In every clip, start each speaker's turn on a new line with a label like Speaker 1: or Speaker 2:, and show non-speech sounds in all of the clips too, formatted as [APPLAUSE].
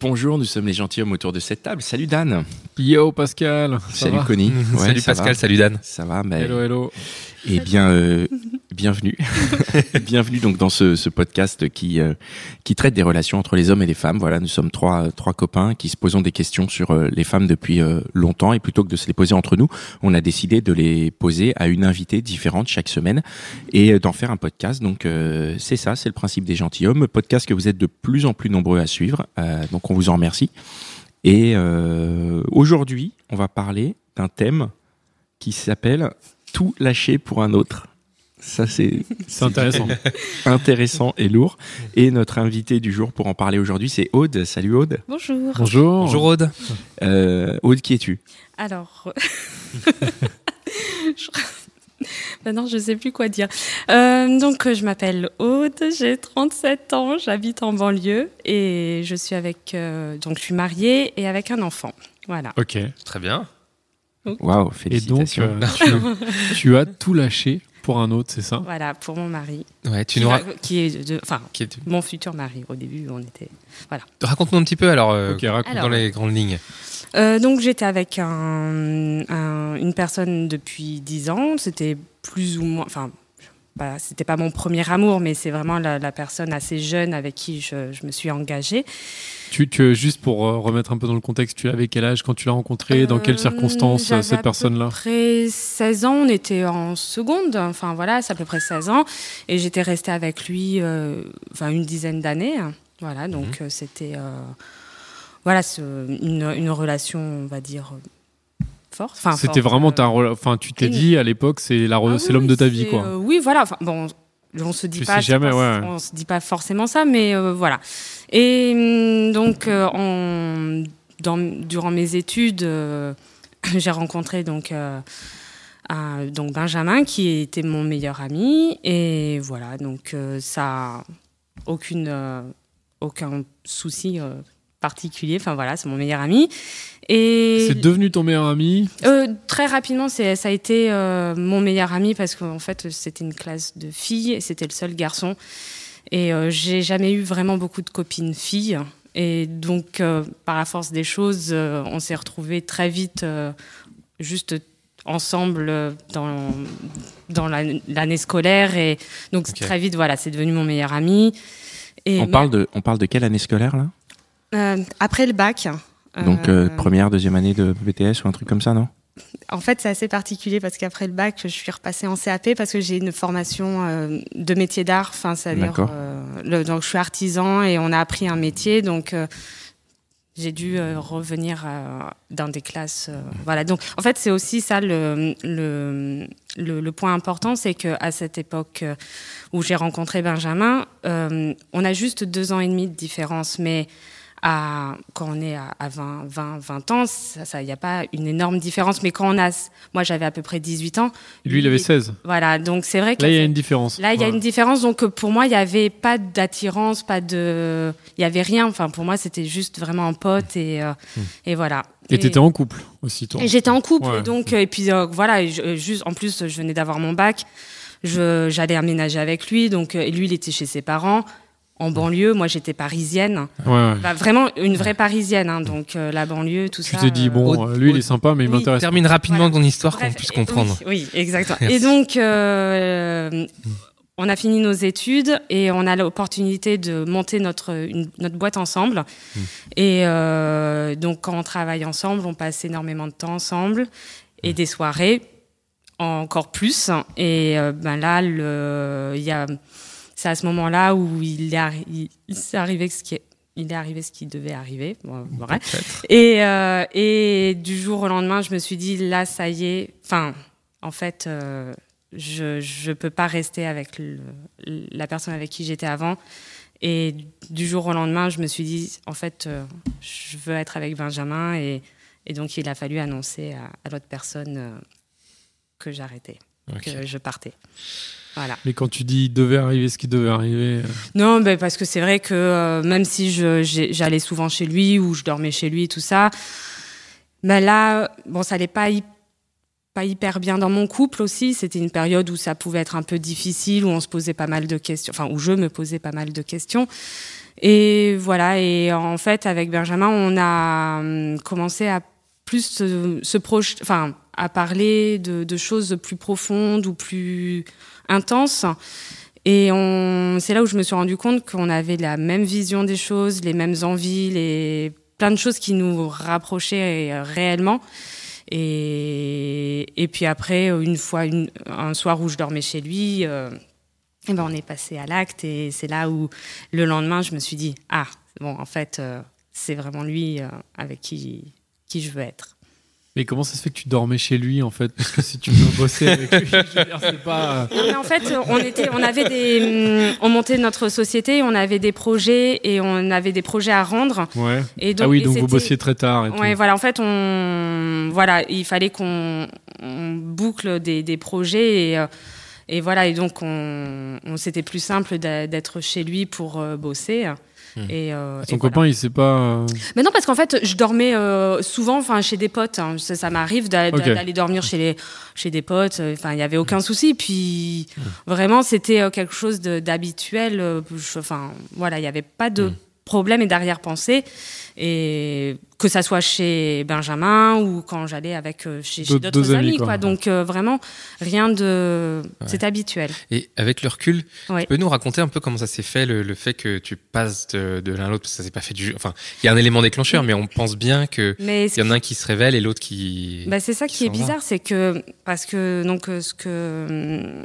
Speaker 1: Bonjour, nous sommes les gentilshommes autour de cette table. Salut Dan.
Speaker 2: Yo Pascal, ça
Speaker 1: salut
Speaker 2: va
Speaker 1: Connie. Ouais,
Speaker 3: [LAUGHS] salut
Speaker 1: ça
Speaker 3: Pascal,
Speaker 1: va.
Speaker 3: salut Dan.
Speaker 1: Ça va, ben, mais
Speaker 2: Hello, hello.
Speaker 1: eh bien, euh, bienvenue, bienvenue donc dans ce, ce podcast qui euh, qui traite des relations entre les hommes et les femmes. Voilà, nous sommes trois trois copains qui se posons des questions sur euh, les femmes depuis euh, longtemps et plutôt que de se les poser entre nous, on a décidé de les poser à une invitée différente chaque semaine et euh, d'en faire un podcast. Donc euh, c'est ça, c'est le principe des gentilshommes. Podcast que vous êtes de plus en plus nombreux à suivre, euh, donc on vous en remercie. Et euh, aujourd'hui, on va parler d'un thème qui s'appelle Tout lâcher pour un autre. Ça, c'est
Speaker 2: C'est intéressant. [LAUGHS]
Speaker 1: intéressant et lourd. Et notre invité du jour pour en parler aujourd'hui, c'est Aude. Salut Aude.
Speaker 4: Bonjour.
Speaker 2: Bonjour.
Speaker 3: Bonjour Aude.
Speaker 1: Euh, Aude, qui es-tu
Speaker 4: Alors, je... [LAUGHS] maintenant je sais plus quoi dire. Euh, donc euh, je m'appelle Aude, j'ai 37 ans, j'habite en banlieue et je suis avec euh, donc je suis mariée et avec un enfant. Voilà.
Speaker 2: Ok.
Speaker 3: Très bien.
Speaker 1: Waouh,
Speaker 2: Et donc,
Speaker 1: félicitations.
Speaker 2: euh, tu, tu as tout lâché pour un autre, c'est ça
Speaker 4: Voilà pour mon mari
Speaker 3: Ouais, tu
Speaker 4: qui,
Speaker 3: nous
Speaker 4: va-
Speaker 3: ra-
Speaker 4: qui est de- enfin
Speaker 3: qui est-
Speaker 4: mon futur mari. Au début on était
Speaker 3: raconte-nous un petit peu alors, euh,
Speaker 2: Ok, raconte.
Speaker 3: dans les grandes lignes.
Speaker 4: Euh, donc j'étais avec un- un- une personne depuis 10 ans. C'était plus ou moins, enfin, bah, c'était pas mon premier amour, mais c'est vraiment la, la personne assez jeune avec qui je, je me suis engagée.
Speaker 2: Tu, tu, juste pour euh, remettre un peu dans le contexte, tu avais quel âge quand tu l'as rencontré Dans quelles
Speaker 4: Euh,
Speaker 2: circonstances euh,
Speaker 4: j'avais
Speaker 2: cette
Speaker 4: À
Speaker 2: personne-là
Speaker 4: peu près 16 ans, on était en seconde, enfin voilà, c'est à peu près 16 ans, et j'étais restée avec lui euh, enfin, une dizaine d'années. Voilà, donc
Speaker 2: Mhm.
Speaker 4: euh, c'était euh, voilà, ce- une, une relation, on va dire, euh, forte. Enfin,
Speaker 2: C'était
Speaker 4: forte,
Speaker 2: vraiment
Speaker 4: euh,
Speaker 2: ta. rela- Enfin, tu t'es
Speaker 4: une-
Speaker 2: dit à l'époque, c'est la re-
Speaker 4: Ah
Speaker 2: c'est
Speaker 4: oui,
Speaker 2: l'homme de ta
Speaker 4: c'est,
Speaker 2: vie, quoi.
Speaker 4: euh, oui, voilà. Enfin, bon, on- on se dit
Speaker 2: Tu
Speaker 4: pas.
Speaker 2: sais
Speaker 4: je
Speaker 2: jamais,
Speaker 4: pense,
Speaker 2: ouais.
Speaker 4: On se dit pas forcément ça, mais euh, voilà. Et hum, donc, euh, en- dans- durant mes études, euh, [LAUGHS] j'ai rencontré donc. euh, un- donc Benjamin qui était mon meilleur ami et voilà donc euh, ça aucune euh, aucun souci euh, particulier enfin voilà c'est mon meilleur ami et
Speaker 2: C'est devenu ton meilleur ami
Speaker 4: euh, très rapidement, c'est, ça a été euh, mon meilleur ami parce qu'en fait, c'était une classe de filles et c'était le seul garçon. Et euh, j'ai jamais eu vraiment beaucoup de copines filles. Et donc, euh, par la force des choses, euh, on s'est retrouvés très vite euh, juste ensemble euh, dans, dans la- l'année scolaire. Et donc,
Speaker 3: Ok.
Speaker 4: très vite, voilà, c'est devenu mon meilleur ami. Et
Speaker 1: On parle de, on parle de quelle année scolaire là
Speaker 4: euh, après le bac. euh,
Speaker 1: Donc euh, première, deuxième année de BTS ou un truc comme ça, non
Speaker 4: En fait, c'est assez particulier parce qu'après le bac, je suis repassée en CAP parce que j'ai une formation euh, de métier d'art. Enfin, c'est-à-dire,
Speaker 1: D'accord.
Speaker 4: euh, le- donc je suis artisan et on a appris un métier. Donc, euh, j'ai dû euh, revenir euh, dans des classes. euh, voilà. Donc, en fait, c'est aussi ça le, le, le, le point important, c'est que à cette époque euh, où j'ai rencontré Benjamin, euh, on a juste deux ans et demi de différence, mais à, quand on est à, à 20, 20, 20 ans, il ça, ça, n'y a pas une énorme différence. Mais quand on a, moi j'avais à peu près 18 ans.
Speaker 2: Lui, il avait 16.
Speaker 4: Voilà, donc c'est vrai que
Speaker 2: Là, il y a une différence.
Speaker 4: Là, il y a
Speaker 2: Ouais.
Speaker 4: une différence. Donc, euh, pour moi, il n'y avait pas d'attirance, pas de. Il n'y avait rien. Enfin, pour moi, c'était juste vraiment un pote et, euh, et voilà.
Speaker 2: Hmm. Et t'étais en couple aussi, toi
Speaker 4: Et j'étais en couple.
Speaker 2: Ouais.
Speaker 4: Donc, euh, et puis euh, voilà, et je- euh, juste, en plus, je venais d'avoir mon bac. Je- J'allais aménager avec lui. Donc, euh, et lui, il était chez ses parents, en banlieue. Moi, j'étais parisienne.
Speaker 2: Ouais, ouais.
Speaker 4: Bah, vraiment une vraie parisienne. hein. donc, euh, la banlieue, tout
Speaker 2: Tu
Speaker 4: ça.
Speaker 2: t'es dit,
Speaker 4: euh,
Speaker 2: bon,
Speaker 3: Aude-
Speaker 2: euh, lui, il est
Speaker 3: Aude-
Speaker 2: sympa, mais il
Speaker 4: Oui,
Speaker 2: m'intéresse.
Speaker 3: Termine rapidement
Speaker 4: Bref,
Speaker 3: ton histoire qu'on
Speaker 4: Bref,
Speaker 3: puisse
Speaker 4: et-
Speaker 3: comprendre.
Speaker 4: Oui, oui, exactement. Et donc, euh, on a fini nos études et on a l'opportunité de monter notre, une- notre boîte ensemble. Et euh, donc, quand on travaille ensemble, on passe énormément de temps ensemble et des soirées encore plus. Et euh, ben là, le- il y a, c'est à ce moment-là où il est, arri- il, il s'est arrivé ce qui est- il est arrivé ce qui devait arriver. Bon, bref.
Speaker 3: Peut-être.
Speaker 4: Et, euh, et du jour au lendemain, je me suis dit, là, ça y est. Enfin, en fait, euh, je ne peux pas rester avec le- la personne avec qui j'étais avant. Et du jour au lendemain, je me suis dit, en fait, euh, je veux être avec Benjamin. Et, et donc, il a fallu annoncer à, à l'autre personne euh, que j'arrêtais,
Speaker 3: Ok.
Speaker 4: que je partais. Voilà.
Speaker 2: Mais quand tu dis il devait arriver ce qui devait arriver, euh,
Speaker 4: Non, ben, parce que c'est vrai que euh, même si je- j'ai- j'allais souvent chez lui ou je dormais chez lui, tout ça, ben là, bon, ça n'allait pas, hy- pas hyper bien dans mon couple aussi. C'était une période où ça pouvait être un peu difficile, où on se posait pas mal de questions, enfin, où je me posais pas mal de questions. Et voilà, et en fait, avec Benjamin, on a hum, commencé à plus se, se projeter, enfin, à parler de, de choses plus profondes ou plus intenses. Et on, c'est là où je me suis rendu compte qu'on avait la même vision des choses, les mêmes envies, les, plein de choses qui nous rapprochaient euh, réellement. Et, et puis après, une fois, une- un soir où je dormais chez lui, euh, eh ben on est passé à l'acte. Et c'est là où, le lendemain, je me suis dit Ah, bon, en fait, euh, c'est vraiment lui euh, avec qui, qui je veux être.
Speaker 2: mais comment ça se fait que tu dormais chez lui en fait Parce que si tu veux bosser avec lui, [LAUGHS] je veux dire, c'est pas. euh,
Speaker 4: Non, mais en fait, on était, on avait des, hum, on montait notre société, on avait des projets et on avait des projets à rendre.
Speaker 2: Ouais.
Speaker 4: Et
Speaker 2: ah oui,
Speaker 4: et
Speaker 2: donc vous
Speaker 4: c'était-
Speaker 2: bossiez très tard. Et
Speaker 4: Ouais,
Speaker 2: tout.
Speaker 4: voilà. En fait, on, voilà, il fallait qu'on on boucle des, des projets et, euh, et voilà. Et donc, on, on- c'était plus simple d'a- d'être chez lui pour euh, bosser. Et, euh,
Speaker 2: Mmh. Son
Speaker 4: et voilà.
Speaker 2: copain, il sait pas. euh,
Speaker 4: Mais non, parce qu'en fait, je dormais euh, souvent, enfin, chez des potes. hein. Ça, ça m'arrive d'a- d'a-
Speaker 2: Ok.
Speaker 4: d'aller dormir chez les, chez des potes. euh, Enfin, il n'y avait aucun souci. Puis, vraiment, c'était euh, quelque chose de- d'habituel. euh, je- Enfin, voilà, il n'y avait pas
Speaker 2: Mm.
Speaker 4: de problème et d'arrière-pensée. Et que ça soit chez Benjamin ou quand j'allais avec euh, chez chez
Speaker 2: D'autres-
Speaker 4: d'autres
Speaker 2: d'autres
Speaker 4: amis,
Speaker 2: amis,
Speaker 4: quoi.
Speaker 2: quoi.
Speaker 4: Donc, euh, vraiment, rien de, c'est habituel.
Speaker 3: Et avec le recul,
Speaker 4: Ouais.
Speaker 3: tu peux nous raconter un peu comment ça s'est fait, le, le fait que tu passes de, de l'un à l'autre parce que Ça s'est pas fait du. Enfin, il y a un élément déclencheur, mais on pense bien que
Speaker 4: Mais ce
Speaker 3: il y en a un qui se révèle et l'autre qui.
Speaker 4: Bah, c'est ça
Speaker 3: qui
Speaker 4: qui est
Speaker 3: s'en va.
Speaker 4: bizarre, c'est que parce que donc euh, ce que hum,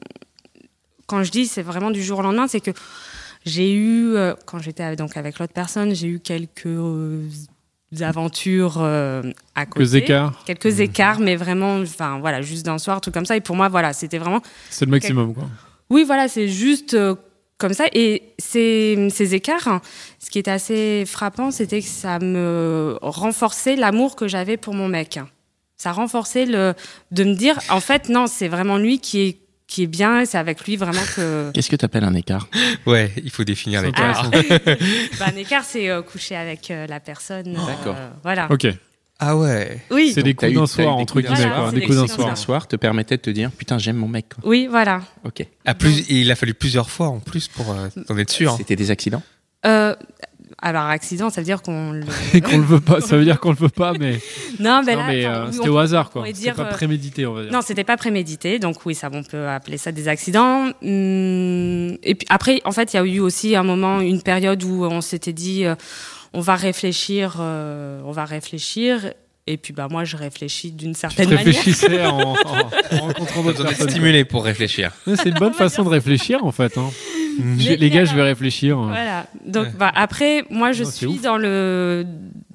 Speaker 4: quand je dis c'est vraiment du jour au lendemain, c'est que j'ai eu euh, quand j'étais avec- donc avec l'autre personne, j'ai eu quelques euh, aventures euh, à côté,
Speaker 2: Quelques écarts,
Speaker 3: Mmh.
Speaker 4: quelques écarts, mais vraiment enfin voilà juste d'un soir, tout comme ça. Et pour moi voilà, c'était vraiment
Speaker 2: c'est le maximum quoi.
Speaker 4: oui, voilà, c'est juste euh, comme ça. Et ces, ces écarts, hein, ce qui était assez frappant, c'était que ça me renforçait l'amour que j'avais pour mon mec. Ça renforçait le de me dire, en fait, non, c'est vraiment lui qui est qui est bien. et C'est avec lui vraiment que.
Speaker 2: [LAUGHS]
Speaker 1: Qu'est-ce que t'appelles un écart
Speaker 3: Ouais, il faut définir
Speaker 2: C'est
Speaker 3: les
Speaker 4: Ah. [LAUGHS]
Speaker 3: cas.
Speaker 4: Bah, un écart, c'est euh, coucher avec euh, la personne. euh,
Speaker 1: D'accord.
Speaker 4: voilà.
Speaker 2: Ok. [LAUGHS]
Speaker 3: Ah ouais.
Speaker 4: Oui.
Speaker 2: C'est des
Speaker 1: Donc, t'as
Speaker 2: coups
Speaker 1: eu- t'as
Speaker 2: d'un
Speaker 1: eu
Speaker 2: soir
Speaker 1: des
Speaker 2: entre
Speaker 1: coups d'un
Speaker 2: guillemets
Speaker 4: soir.
Speaker 2: quoi.
Speaker 4: Voilà,
Speaker 2: Des
Speaker 4: c'est
Speaker 2: coups d'un
Speaker 4: des coups
Speaker 2: soir.
Speaker 4: d'un
Speaker 1: Un soir te permettait de te dire putain j'aime mon mec. quoi.
Speaker 4: Oui, voilà.
Speaker 1: Ok.
Speaker 3: Ah, plus, et il a fallu plusieurs fois en plus pour euh, en être sûr.
Speaker 1: C'était des accidents.
Speaker 4: Euh, alors accident, ça veut dire qu'on.
Speaker 2: [LAUGHS]
Speaker 4: le-
Speaker 2: Et qu'on le veut pas, ça veut dire qu'on le veut pas, mais, non,
Speaker 4: Non, mais Ah, bah là,
Speaker 2: mais
Speaker 4: attends,
Speaker 2: euh,
Speaker 4: oui,
Speaker 2: c'était
Speaker 4: on
Speaker 2: au hasard quoi.
Speaker 4: pourrait
Speaker 2: C'était
Speaker 4: dire,
Speaker 2: pas
Speaker 4: euh,
Speaker 2: prémédité on va dire.
Speaker 4: Non, c'était pas prémédité, donc oui, ça, on peut appeler ça des accidents. Hum, Et puis après, en fait, il y a eu aussi un moment, une période où on s'était dit, euh, on va réfléchir, euh, on va réfléchir. Et puis, bah, moi, je réfléchis d'une certaine manière.
Speaker 2: réfléchissais en, en- en rencontrant d'autres
Speaker 4: [LAUGHS]
Speaker 3: Besoin d'être
Speaker 2: personnes.
Speaker 3: stimulé pour réfléchir.
Speaker 2: Ouais, C'est une bonne façon de réfléchir en fait. hein. Je-
Speaker 4: Mais
Speaker 2: les gars,
Speaker 4: alors-
Speaker 2: je vais réfléchir.
Speaker 4: Voilà. Donc, bah, après, moi, je
Speaker 2: Non, c'est
Speaker 4: suis
Speaker 2: ouf.
Speaker 4: dans le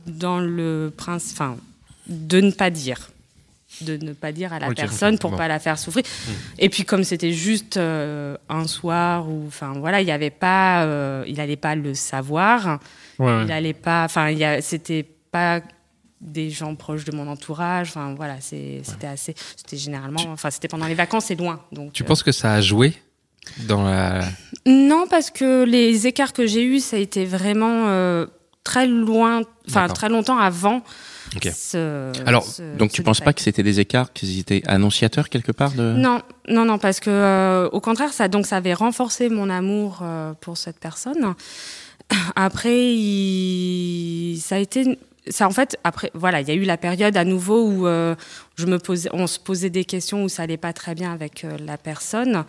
Speaker 4: dans le prince, enfin, de ne pas dire, de ne pas dire à la
Speaker 3: Ok.
Speaker 4: personne pour
Speaker 3: Bon. Hmm.
Speaker 4: pas la faire souffrir. Et puis, comme c'était juste euh, un soir ou, enfin, voilà, il y avait pas, euh, il allait pas le savoir,
Speaker 2: Ouais, ouais.
Speaker 4: il allait pas, enfin, il y a- c'était pas des gens proches de mon entourage, enfin voilà, c'est- c'était assez, c'était généralement, enfin c'était pendant les vacances, c'est loin, donc.
Speaker 3: Tu
Speaker 4: euh,
Speaker 3: penses que ça a joué dans la.
Speaker 4: non, parce que les écarts que j'ai eus, ça a été vraiment euh, très loin, enfin
Speaker 3: D'accord.
Speaker 4: très longtemps avant.
Speaker 3: Ok.
Speaker 4: ce-
Speaker 3: Alors,
Speaker 4: ce-
Speaker 1: Donc
Speaker 4: ce
Speaker 1: tu penses
Speaker 4: détail.
Speaker 1: pas que c'était des écarts, que c'était annonciateur quelque part de.
Speaker 4: Non, non, non, parce que euh, au contraire, ça donc ça avait renforcé mon amour euh, pour cette personne. [LAUGHS] Après, il- ça a été, ça en fait, après, voilà, il y a eu la période à nouveau où euh, je me posais, on se posait des questions où ça allait pas très bien avec euh, la personne.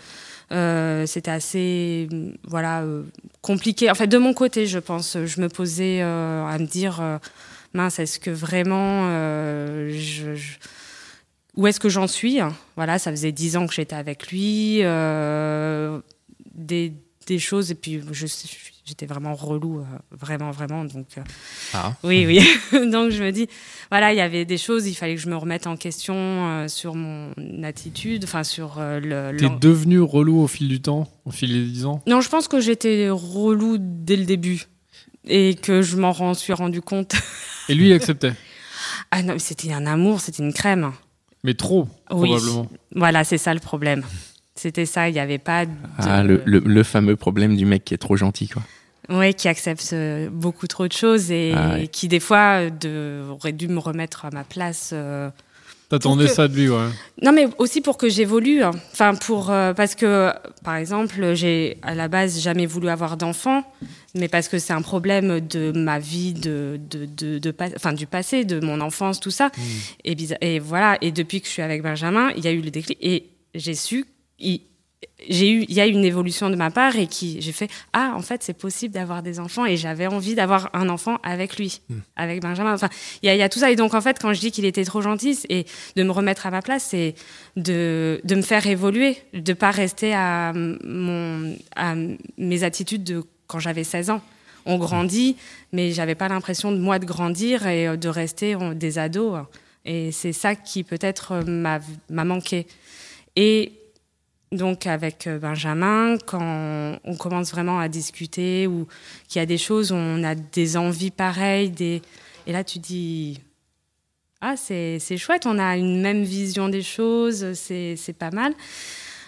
Speaker 4: Euh, C'était assez, euh, voilà, euh, compliqué. En fait, de mon côté, je pense, je me posais euh, à me dire, euh, mince, est-ce que vraiment, euh, je- je- où est-ce que j'en suis Voilà, ça faisait dix ans que j'étais avec lui, euh, des, des choses, et puis je- j'étais vraiment relou, euh, vraiment, vraiment. Donc, euh,
Speaker 3: Ah.
Speaker 4: Oui, [LAUGHS] oui. Donc je me dis, voilà, il y avait des choses, il fallait que je me remette en question euh, sur mon attitude, enfin sur euh, le.
Speaker 2: T'es
Speaker 4: l'en-
Speaker 2: devenu relou au fil du temps, au fil des 10 ans.
Speaker 4: Non, je pense que j'étais relou dès le début et que je m'en rends- suis rendu compte. [LAUGHS]
Speaker 2: Et lui, il acceptait.
Speaker 4: Ah non, mais c'était un amour, c'était une crème.
Speaker 2: Mais trop,
Speaker 4: Oui.
Speaker 2: probablement.
Speaker 4: Voilà, c'est ça le problème. C'était ça, il n'y avait pas de.
Speaker 1: Ah, le, le, le fameux problème du mec qui est trop gentil, quoi.
Speaker 4: Ouais, qui accepte euh, beaucoup trop de choses et
Speaker 1: Ah ouais.
Speaker 4: et qui des fois euh, de- aurait dû me remettre à ma place. euh.
Speaker 2: T'attendais
Speaker 4: Pour que- Euh,
Speaker 2: ça de lui, ouais.
Speaker 4: Non, mais aussi pour que j'évolue. hein. Enfin, pour euh, parce que par exemple, j'ai à la base jamais voulu avoir d'enfant, mais parce que c'est un problème de ma vie, de de, de, de pas- enfin du passé, de mon enfance, tout ça. Et, bisa- et voilà. Et depuis que je suis avec Benjamin, il y a eu le déclic et j'ai su. il- j'ai eu, il y a eu une évolution de ma part et qui, j'ai fait, ah, en fait, c'est possible d'avoir des enfants et j'avais envie d'avoir un enfant avec lui, avec Benjamin. Enfin, il y, a- il y a tout ça. Et donc, en fait, quand je dis qu'il était trop gentil c'est- et de me remettre à ma place, c'est de, de me faire évoluer, de pas rester à, mon, à mes attitudes de quand j'avais 16 ans. On grandit, mais j'avais pas l'impression de moi de grandir et euh, de rester en- des ados. Et c'est ça qui peut-être euh, m'a m'a manqué. Et donc avec euh, Benjamin, quand on commence vraiment à discuter ou qu'il y a des choses, où on a des envies pareilles, des... et là tu dis, ah c'est c'est chouette, on a une même vision des choses, c'est c'est pas mal.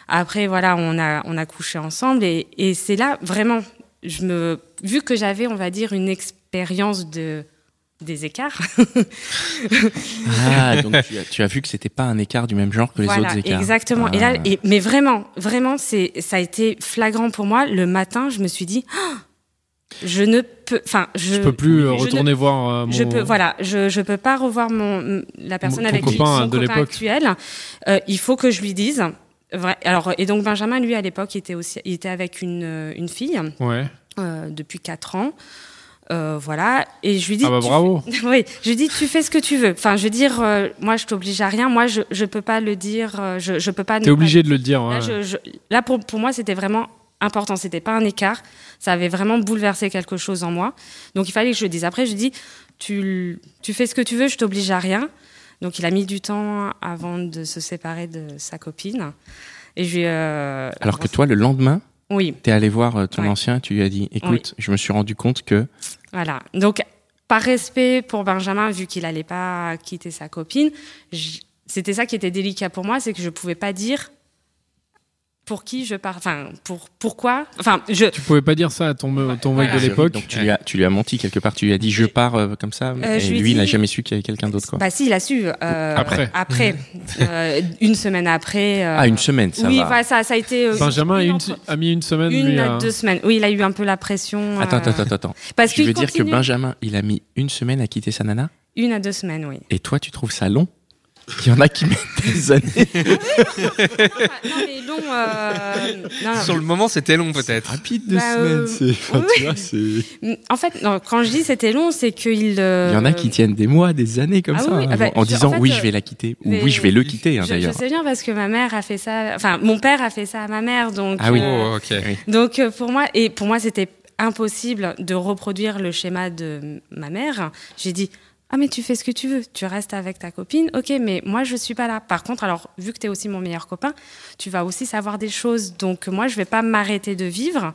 Speaker 4: Après voilà, on a, on a couché ensemble et, et c'est là vraiment, je me... vu que j'avais on va dire une expérience de... des écarts, [LAUGHS]
Speaker 1: Ah, donc tu as, tu as vu que c'était pas un écart du même genre que les
Speaker 4: voilà,
Speaker 1: autres écarts.
Speaker 4: Exactement.
Speaker 1: Ah.
Speaker 4: Et là, et- mais vraiment, vraiment, c'est, ça a été flagrant pour moi. Le matin, je me suis dit, [GASPS] Ah je ne peux, enfin, je,
Speaker 2: Je peux plus euh,
Speaker 4: je ne-
Speaker 2: retourner voir euh, mon.
Speaker 4: Je peux, voilà, je, je peux pas revoir mon, la personne
Speaker 2: Mon- ton
Speaker 4: avec qui
Speaker 2: copain
Speaker 4: son
Speaker 2: de
Speaker 4: copain
Speaker 2: l'époque.
Speaker 4: actuel. Euh, il faut que je lui dise. Vrai- Alors, et donc Benjamin, lui, à l'époque, il était aussi, il était avec une, euh, une fille
Speaker 2: Ouais.
Speaker 4: euh, depuis 4 ans. Euh, voilà, et je lui dis.
Speaker 2: Ah bah
Speaker 4: tu
Speaker 2: bravo.
Speaker 4: [LAUGHS] oui, je lui dis tu fais ce que tu veux. Enfin, je veux dire, euh, moi je t'oblige à rien. Moi, je je peux pas le dire. euh, je je peux pas. ne
Speaker 2: T'es
Speaker 4: pas-
Speaker 2: obligé de le dire. Ouais.
Speaker 4: Là, je- je- là, pour pour moi, c'était vraiment important. C'était pas un écart. Ça avait vraiment bouleversé quelque chose en moi. Donc il fallait que je le dise. Après, je lui dis tu l- tu fais ce que tu veux. Je t'oblige à rien. Donc il a mis du temps avant de se séparer de sa copine. Et je lui, euh,
Speaker 1: Alors que toi, le lendemain,
Speaker 4: oui,
Speaker 1: t'es allé voir euh, ton
Speaker 4: Ouais.
Speaker 1: ancien, tu lui as dit, écoute, je me suis rendu compte que
Speaker 4: Voilà. Donc, par respect pour Benjamin, vu qu'il n'allait pas quitter sa copine, je- c'était ça qui était délicat pour moi, c'est que je ne pouvais pas dire pour qui je pars, enfin, pour, pourquoi, enfin, je,
Speaker 2: Tu pouvais pas dire ça à ton, me- ton mec
Speaker 3: Voilà.
Speaker 2: de l'époque.
Speaker 1: Ah, Donc tu lui as, tu lui as menti quelque part. Tu lui as dit, je pars euh, comme ça.
Speaker 4: Euh,
Speaker 1: et
Speaker 4: je lui ai
Speaker 1: lui, il n'a
Speaker 4: dit-
Speaker 1: jamais su qu'il y avait quelqu'un d'autre, quoi.
Speaker 4: bah si, il a su. euh,
Speaker 2: Après. [LAUGHS]
Speaker 4: Après. Euh, une semaine après. euh,
Speaker 1: Ah, une semaine, ça
Speaker 4: oui,
Speaker 1: va.
Speaker 4: voilà, ça, ça a été. euh,
Speaker 2: Benjamin a,
Speaker 4: une
Speaker 2: une-
Speaker 4: entre-
Speaker 2: a mis une semaine.
Speaker 4: une
Speaker 2: lui, euh,
Speaker 4: à
Speaker 2: à-
Speaker 4: deux semaines. Oui, il a eu un peu la pression.
Speaker 1: Attends,
Speaker 4: euh,
Speaker 1: attends, attends, attends.
Speaker 4: Parce
Speaker 1: Tu
Speaker 4: qu'il
Speaker 1: veux dire que
Speaker 4: continue.
Speaker 1: Benjamin, il a mis une semaine à quitter sa nana,
Speaker 4: Une à deux semaines,
Speaker 1: [LAUGHS]
Speaker 4: oui.
Speaker 1: et toi, tu trouves ça long Il y en a qui mettent des années.
Speaker 4: Non, mais long. euh, non, non.
Speaker 3: Sur le moment, c'était long peut-être.
Speaker 1: Rapide
Speaker 4: deux Bah, euh, semaines, oui. En fait, non, quand je dis c'était long, c'est qu'il. euh,
Speaker 1: Il y en a qui tiennent des mois, des années comme
Speaker 4: ah
Speaker 1: ça,
Speaker 4: oui, oui,
Speaker 1: hein,
Speaker 4: ah bah,
Speaker 1: en
Speaker 4: je-
Speaker 1: disant
Speaker 4: en fait,
Speaker 1: oui,
Speaker 4: euh,
Speaker 1: je vais la quitter ou
Speaker 4: mais-
Speaker 1: oui, je vais le quitter hein,
Speaker 4: Je, je
Speaker 1: d'ailleurs.
Speaker 4: sais bien parce que ma mère a fait ça. Enfin, mon père a fait ça à ma mère, donc.
Speaker 1: Ah oui.
Speaker 4: euh,
Speaker 3: Oh, ok.
Speaker 4: donc euh, pour moi et pour moi c'était impossible de reproduire le schéma de ma mère. J'ai dit. Ah mais tu fais ce que tu veux, tu restes avec ta copine, ok, mais moi je suis pas là. Par contre, alors vu que tu es aussi mon meilleur copain, tu vas aussi savoir des choses, donc moi je vais pas m'arrêter de vivre.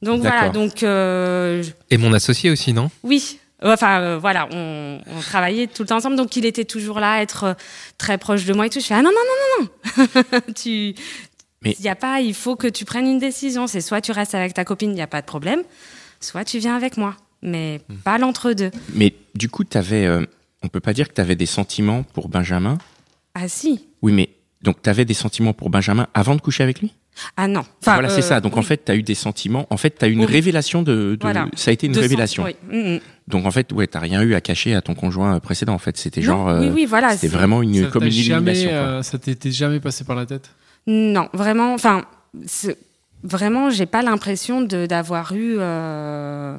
Speaker 4: Donc voilà,
Speaker 1: D'accord.
Speaker 4: donc euh, je-
Speaker 3: Et mon associé aussi, non
Speaker 4: oui. Enfin, euh, voilà, on, on travaillait tout le temps ensemble, donc il était toujours là, être euh, très proche de moi et tout. Je fais ah non non non [LAUGHS] non non, tu,
Speaker 1: Mais-
Speaker 4: il y a pas, il faut que tu prennes une décision. C'est soit tu restes avec ta copine, il n'y a pas de problème, soit tu viens avec moi, mais
Speaker 1: Hmm.
Speaker 4: pas l'entre deux.
Speaker 1: Mais du coup, t'avais, euh, on peut pas dire que tu avais des sentiments pour Benjamin.
Speaker 4: Ah si,
Speaker 1: Oui, mais donc tu avais des sentiments pour Benjamin avant de coucher avec lui
Speaker 4: ah non. Enfin,
Speaker 1: Voilà, c'est
Speaker 4: euh,
Speaker 1: ça. Donc en
Speaker 4: oui,
Speaker 1: fait, tu as eu des sentiments. En fait, tu as eu une
Speaker 4: Oui.
Speaker 1: révélation de, de-
Speaker 4: Voilà.
Speaker 1: ça a été une
Speaker 4: de sens-
Speaker 1: révélation.
Speaker 4: oui. Mm, mm.
Speaker 1: Donc en fait, ouais, t'as rien eu à cacher à ton conjoint euh, précédent. En fait, c'était genre,
Speaker 4: Non,
Speaker 1: euh,
Speaker 4: oui, oui, voilà.
Speaker 1: c'était
Speaker 4: c'est-
Speaker 1: vraiment une
Speaker 2: Ça
Speaker 1: comme
Speaker 2: t'a
Speaker 1: une
Speaker 2: jamais,
Speaker 1: illumination. quoi.
Speaker 2: euh, ça t'était jamais passé par la tête.
Speaker 4: Non, vraiment, enfin, c'est- vraiment, j'ai pas l'impression de d'avoir eu euh,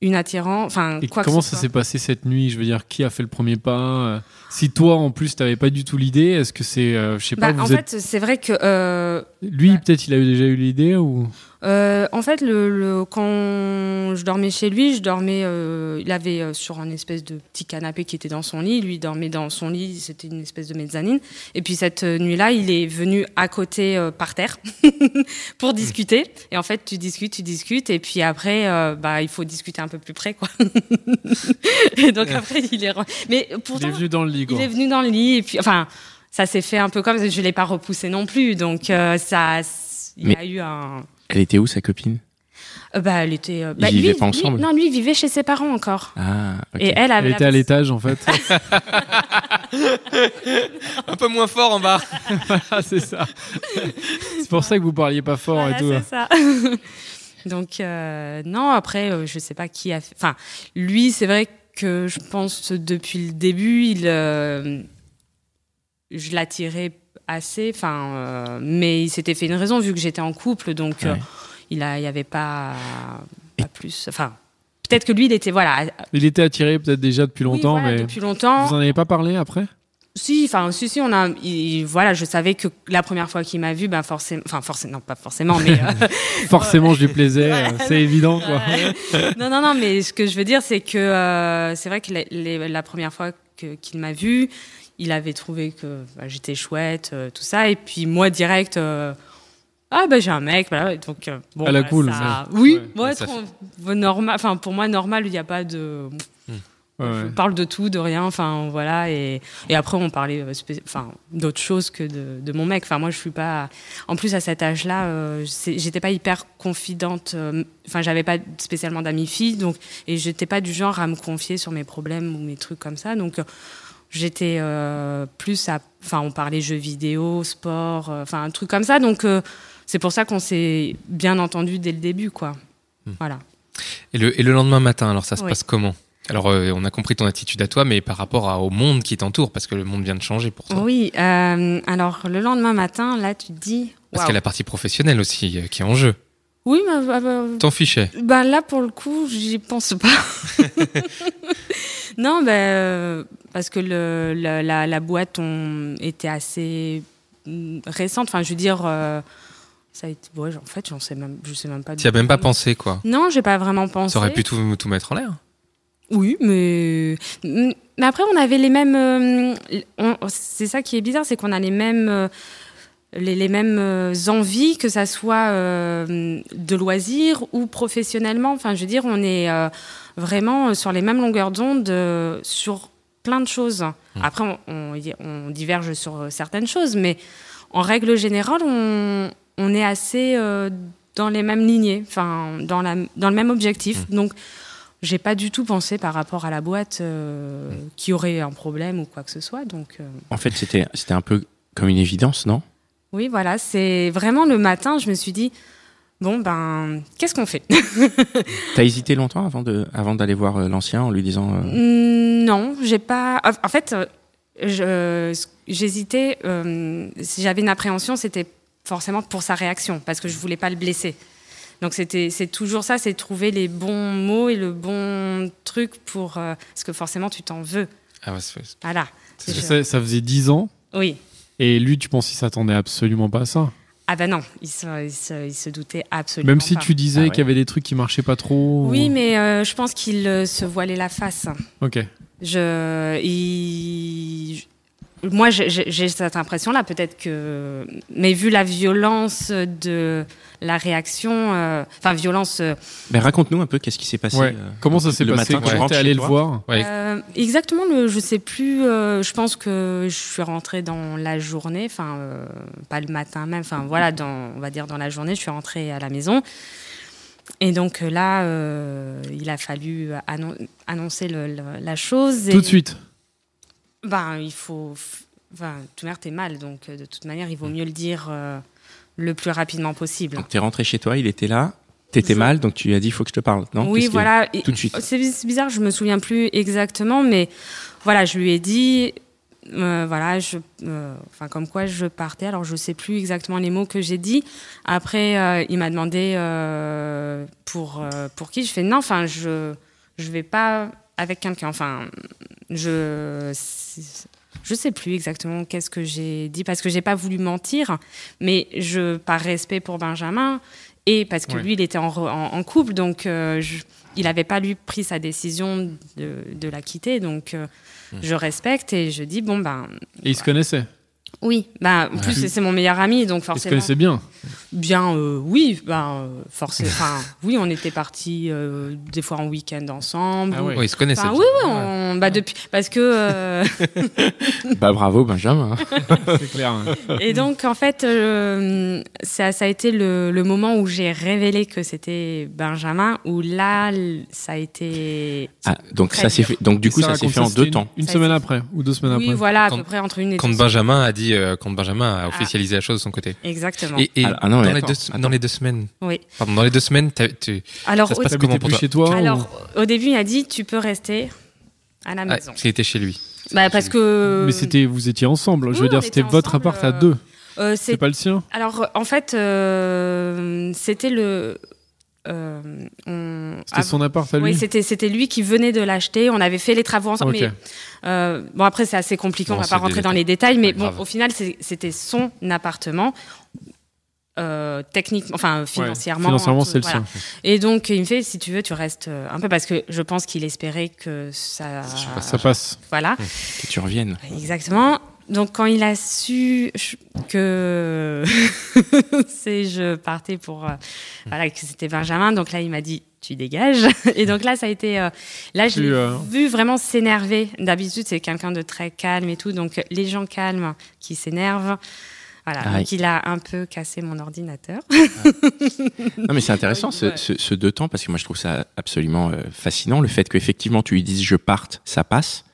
Speaker 4: une attirance, enfin
Speaker 2: Et
Speaker 4: quoi que
Speaker 2: comment ça
Speaker 4: ce soit.
Speaker 2: s'est passé cette nuit Je veux dire, qui a fait le premier pas Euh, Si toi, en plus, t'avais pas du tout l'idée, est-ce que c'est, euh, je sais pas,
Speaker 4: Bah,
Speaker 2: vous
Speaker 4: en
Speaker 2: êtes
Speaker 4: fait, c'est vrai que euh,
Speaker 2: Lui, peut-être, il a déjà eu l'idée ou
Speaker 4: Euh, en fait, le, le- quand je dormais chez lui, je dormais. euh, il avait euh, sur un espèce de petit canapé qui était dans son lit. Lui il dormait dans son lit. C'était une espèce de mezzanine. Et puis cette euh, nuit-là, il est venu à côté euh, par terre [LAUGHS] pour discuter. Et en fait, tu discutes, tu discutes. Et puis après, euh, bah, il faut discuter un peu plus près, quoi. [LAUGHS] et donc après, il est. re- Mais
Speaker 2: il est
Speaker 4: pourtant,
Speaker 2: venu dans le lit quoi.
Speaker 4: il est venu dans le lit et puis, enfin, ça s'est fait un peu comme je l'ai pas repoussé non plus. Donc euh, ça, il y a eu un.
Speaker 1: Elle était où sa copine
Speaker 4: Euh, bah, elle était. euh, bah,
Speaker 1: Ils vivaient
Speaker 4: lui,
Speaker 1: pas
Speaker 4: lui-
Speaker 1: ensemble
Speaker 4: Non, lui il vivait chez ses parents encore.
Speaker 1: Ah, ok.
Speaker 4: Et elle
Speaker 2: Elle
Speaker 4: avait.
Speaker 2: était à l'étage en
Speaker 4: [LAUGHS]
Speaker 2: fait.
Speaker 3: Un peu moins fort en bas.
Speaker 2: Ah, c'est
Speaker 4: [LAUGHS]
Speaker 2: ça. C'est pour ça que vous parliez pas fort
Speaker 4: Voilà,
Speaker 2: et tout. hein.
Speaker 4: c'est ça. [LAUGHS] Donc euh, non, après, euh, je sais pas qui a. fait- Enfin, lui, c'est vrai que je pense depuis le début, il, euh, je l'attirais assez. Enfin, euh, mais il s'était fait une raison vu que j'étais en couple, donc euh,
Speaker 1: Ouais.
Speaker 4: il a, il y avait pas, pas plus. Enfin, peut-être que lui, il était voilà. ah,
Speaker 2: Il était attiré peut-être déjà depuis
Speaker 4: oui,
Speaker 2: longtemps,
Speaker 4: voilà,
Speaker 2: mais
Speaker 4: depuis longtemps.
Speaker 2: vous en avez pas parlé
Speaker 4: [LAUGHS]
Speaker 2: après
Speaker 4: Si, enfin, si, si, on a. il- voilà, je savais que la première fois qu'il m'a vu, ben forcément, enfin forcément, non pas forcément, mais euh,
Speaker 2: Forcément, je lui plaisais. euh, c'est évident quoi.
Speaker 4: euh, non, non, non, mais ce que je veux dire, c'est que euh, c'est vrai que les- les- la première fois que- qu'il m'a vu, il avait trouvé que bah, j'étais chouette, euh, tout ça, et puis moi direct. euh, ah ben j'ai un mec, voilà, donc euh, bon.
Speaker 2: À la
Speaker 4: voilà,
Speaker 2: cool,
Speaker 4: ça- Oui,
Speaker 3: Ouais,
Speaker 4: ouais,
Speaker 3: ça
Speaker 4: trop- normal. Enfin pour moi normal, il n'y a pas de.
Speaker 2: Ouais, ouais.
Speaker 4: Je parle de tout, de rien, enfin voilà. Et, et après, on parlait euh, spé- enfin, d'autres choses que de, de mon mec. Enfin, moi, je suis pas. En plus, à cet âge-là, euh, c'est- j'étais pas hyper confidente. euh, Enfin, j'avais pas spécialement d'amis filles, donc et j'étais pas du genre à me confier sur mes problèmes ou mes trucs comme ça. Donc, euh, j'étais euh, plus à. Enfin, on parlait jeux vidéo, sport, euh, enfin un truc comme ça. Donc, euh, c'est pour ça qu'on s'est bien entendu dès le début, quoi.
Speaker 2: Hmm.
Speaker 4: Voilà.
Speaker 3: Et le, et le lendemain matin, alors ça se
Speaker 4: Oui.
Speaker 3: passe comment Alors euh, on a compris ton attitude à toi, mais par rapport à- au monde qui t'entoure, parce que le monde vient de changer pour toi.
Speaker 4: Oui. euh, alors, le lendemain matin, là, tu te dis.
Speaker 3: Parce
Speaker 4: waouh.
Speaker 3: qu'il y a la partie professionnelle aussi euh, qui est en jeu.
Speaker 4: Oui, mais bah, bah,
Speaker 3: T'en fichais
Speaker 4: bah, là, pour le coup, j'y pense pas. [LAUGHS] non, bah, euh, parce que le, la, la- la boîte on, était assez mm, récente. Enfin, je veux dire, euh, ça a été. ouais, en fait, j'en sais même, je sais même pas.
Speaker 3: T'y as même pas pensé, quoi.
Speaker 4: Non, j'ai pas vraiment pensé.
Speaker 3: Ça aurait pu tout, tout mettre en l'air.
Speaker 4: Oui, mais mais après on avait les mêmes. euh, on- c'est ça qui est bizarre, c'est qu'on a les mêmes. euh, les, les mêmes euh, envies, que ça soit euh, de loisirs ou professionnellement. Enfin, je veux dire, on est euh, vraiment sur les mêmes longueurs d'onde euh, sur plein de choses. Après, on, on y- on diverge sur euh, certaines choses, mais en règle générale, on, on est assez euh, dans les mêmes lignées, enfin, dans, la, dans le même objectif. Donc, j'ai pas du tout pensé par rapport à la boîte euh, qui aurait un problème ou quoi que ce soit. Donc, euh,
Speaker 1: En fait, c'était c'était un peu comme une évidence, non
Speaker 4: oui, voilà, c'est vraiment le matin, je me suis dit, bon, ben, qu'est-ce qu'on fait [LAUGHS]
Speaker 1: T'as hésité longtemps avant de avant d'aller voir euh, l'ancien en lui disant euh,
Speaker 4: Mm, Non, j'ai pas. En- En fait, euh, je- j'hésitais. euh, si j'avais une appréhension, c'était forcément pour sa réaction, parce que je voulais pas le blesser. Donc c'était, c'est toujours ça, c'est trouver les bons mots et le bon truc pour. euh, parce que forcément, tu t'en veux.
Speaker 3: Ah ouais, c'est-
Speaker 4: Voilà.
Speaker 3: C'est
Speaker 4: Je-
Speaker 2: Ça, ça faisait 10 ans
Speaker 4: Oui.
Speaker 2: et lui, tu penses qu'il s'attendait absolument pas à ça.
Speaker 4: Ah ben non, il se, il se, il se doutait absolument.
Speaker 2: Même si
Speaker 4: pas.
Speaker 2: tu disais
Speaker 1: Ah ouais.
Speaker 2: qu'il y avait des trucs qui marchaient pas trop.
Speaker 4: Oui,
Speaker 2: ou-
Speaker 4: mais euh, je pense qu'il euh, se voilait la face.
Speaker 2: Ok.
Speaker 1: Ah,
Speaker 4: Je, il- je- moi, j'ai- j'ai j'ai cette impression-là, peut-être que. Mais vu la violence de la réaction, euh, enfin, violence. euh,
Speaker 1: Ben, raconte-nous un peu qu'est-ce qui s'est passé.
Speaker 2: Ouais.
Speaker 1: euh,
Speaker 2: Comment ça s'est
Speaker 1: le
Speaker 2: passé
Speaker 1: matin, tu
Speaker 2: quand
Speaker 1: rentres
Speaker 2: t'es allé
Speaker 1: chez
Speaker 2: le
Speaker 1: toi
Speaker 2: voir
Speaker 3: Ouais.
Speaker 4: euh, exactement, le, je sais plus. euh, je pense que je suis rentrée dans la journée, enfin, euh, pas le matin même, enfin, voilà, dans, on va dire dans la journée, je suis rentrée à la maison. Et donc euh, là, euh, il a fallu annon- annoncer le- le- la chose.
Speaker 2: Tout
Speaker 4: et-
Speaker 2: de suite.
Speaker 4: ben, il faut. f- Enfin, de toute manière, t'es mal, donc euh, de toute manière, il vaut mieux le dire euh, le plus rapidement possible.
Speaker 1: Donc t'es rentré chez toi, il était là, t'étais
Speaker 4: Je-
Speaker 1: mal, donc tu lui as dit faut que je te parle, non
Speaker 4: oui,
Speaker 1: Qu'est-ce que-
Speaker 4: voilà. et-
Speaker 1: tout de suite.
Speaker 4: C'est bi- c'est bizarre, je me souviens plus exactement, mais voilà, je lui ai dit, euh, voilà, je, euh, enfin comme quoi je partais. Alors je sais plus exactement les mots que j'ai dit. Après, euh, il m'a demandé euh, pour euh, pour qui. Je fais non, enfin je je vais pas avec quelqu'un. Enfin je c'est- je sais plus exactement qu'est-ce que j'ai dit parce que j'ai pas voulu mentir, mais je par respect pour Benjamin et parce que
Speaker 3: Ouais.
Speaker 4: lui il était en, re- en- en couple donc euh, je- il n'avait pas lui pris sa décision de, de la quitter donc euh, je respecte et je dis bon ben
Speaker 2: Et ils se connaissaient.
Speaker 4: oui bah en plus
Speaker 2: Ouais.
Speaker 4: c'est- c'est mon meilleur ami donc
Speaker 2: Ils se
Speaker 4: forcément
Speaker 2: connaissaient bien.
Speaker 4: Bien, euh, oui, ben, euh, forcé- enfin, oui, on était partis euh, des fois en week-end ensemble.
Speaker 2: Ah
Speaker 4: ou-
Speaker 2: ouais.
Speaker 3: Ouais, ils se connaissaient.
Speaker 4: Enfin, oui, oui, on- bah, depuis, parce que euh,
Speaker 1: [LAUGHS] Bah bravo Benjamin.
Speaker 4: [LAUGHS]
Speaker 2: C'est clair. hein.
Speaker 4: et donc en fait, euh, ça, ça a été le, le moment où j'ai révélé que c'était Benjamin, où là, l- ça a été,
Speaker 1: Ah, donc
Speaker 4: Très
Speaker 1: ça s'est
Speaker 4: dur.
Speaker 1: fait. Donc du
Speaker 2: Et
Speaker 1: coup ça
Speaker 2: Sarah
Speaker 1: s'est fait
Speaker 2: Constant,
Speaker 1: en deux
Speaker 2: c'était
Speaker 1: temps.
Speaker 2: Une, une
Speaker 4: Ça a
Speaker 2: semaine
Speaker 4: été-
Speaker 2: après ou deux semaines
Speaker 4: oui,
Speaker 2: après.
Speaker 4: voilà, à
Speaker 3: Quand-
Speaker 4: peu près entre une et
Speaker 3: Quand
Speaker 4: deux.
Speaker 3: Benjamin a dit, euh, quand Benjamin
Speaker 4: Ah.
Speaker 3: a officialisé la chose de son côté.
Speaker 4: Exactement.
Speaker 3: Et, et
Speaker 1: Ah, ah non,
Speaker 3: dans,
Speaker 1: mais
Speaker 3: les
Speaker 1: attends,
Speaker 3: deux, se- dans les deux semaines,
Speaker 4: Oui.
Speaker 3: pardon, dans les deux semaines, t'as- tu,
Speaker 4: Alors,
Speaker 3: ça se
Speaker 4: au,
Speaker 3: passe
Speaker 2: T'habitais
Speaker 3: comment pour
Speaker 2: plus
Speaker 3: toi
Speaker 2: chez toi ou-
Speaker 4: alors, au début, il a dit, tu peux rester à la
Speaker 3: ah,
Speaker 4: maison.
Speaker 3: parce qu'il était chez lui.
Speaker 4: Bah, parce que
Speaker 2: Mais c'était, vous étiez ensemble. Je veux
Speaker 4: Oui, on
Speaker 2: dire, c'était
Speaker 4: était
Speaker 2: votre
Speaker 4: ensemble,
Speaker 2: appart à
Speaker 4: euh,
Speaker 2: deux.
Speaker 4: euh,
Speaker 2: C'est
Speaker 4: c'est
Speaker 2: pas le sien.
Speaker 4: Alors, euh, en fait, euh, c'était le. euh, on-
Speaker 2: C'était
Speaker 4: ah,
Speaker 2: son appart à lui.
Speaker 4: Oui, c'était c'était lui qui venait de l'acheter. On avait fait les travaux ensemble.
Speaker 2: Ok.
Speaker 4: mais, euh, bon, après, c'est assez compliqué.
Speaker 3: Non,
Speaker 4: on va
Speaker 3: c'est
Speaker 4: pas
Speaker 3: des
Speaker 4: rentrer dans
Speaker 3: détails.
Speaker 4: les détails. Mais
Speaker 3: Ouais,
Speaker 4: bon,
Speaker 3: grave.
Speaker 4: au final, c'est- c'était son appartement. Euh, techniquement, enfin
Speaker 2: Ouais.
Speaker 4: financièrement.
Speaker 2: Financièrement,
Speaker 4: tout,
Speaker 2: c'est le
Speaker 4: voilà.
Speaker 2: sien.
Speaker 4: Et donc, il me fait, si tu veux, tu restes euh, un peu parce que je pense qu'il espérait que ça.
Speaker 2: Ça passe.
Speaker 4: Voilà.
Speaker 1: Que tu
Speaker 4: [LAUGHS]
Speaker 1: reviennes.
Speaker 4: Exactement. Donc quand il a su je- que [LAUGHS] c'est je partais pour euh, voilà que c'était Benjamin, donc là il m'a dit tu dégages. [LAUGHS] Et donc là ça a été euh, là je
Speaker 2: Tu,
Speaker 4: l'ai
Speaker 2: euh,
Speaker 4: vu vraiment s'énerver. D'habitude c'est quelqu'un de très calme et tout, donc euh, les gens calmes qui s'énervent. Voilà,
Speaker 1: Ah oui.
Speaker 4: donc il a un peu cassé mon ordinateur. [LAUGHS]
Speaker 1: Non mais c'est intéressant ce,
Speaker 4: Ouais.
Speaker 1: ce- ce deux temps parce que moi je trouve ça absolument euh, fascinant le fait qu'effectivement tu lui dises je parte ça passe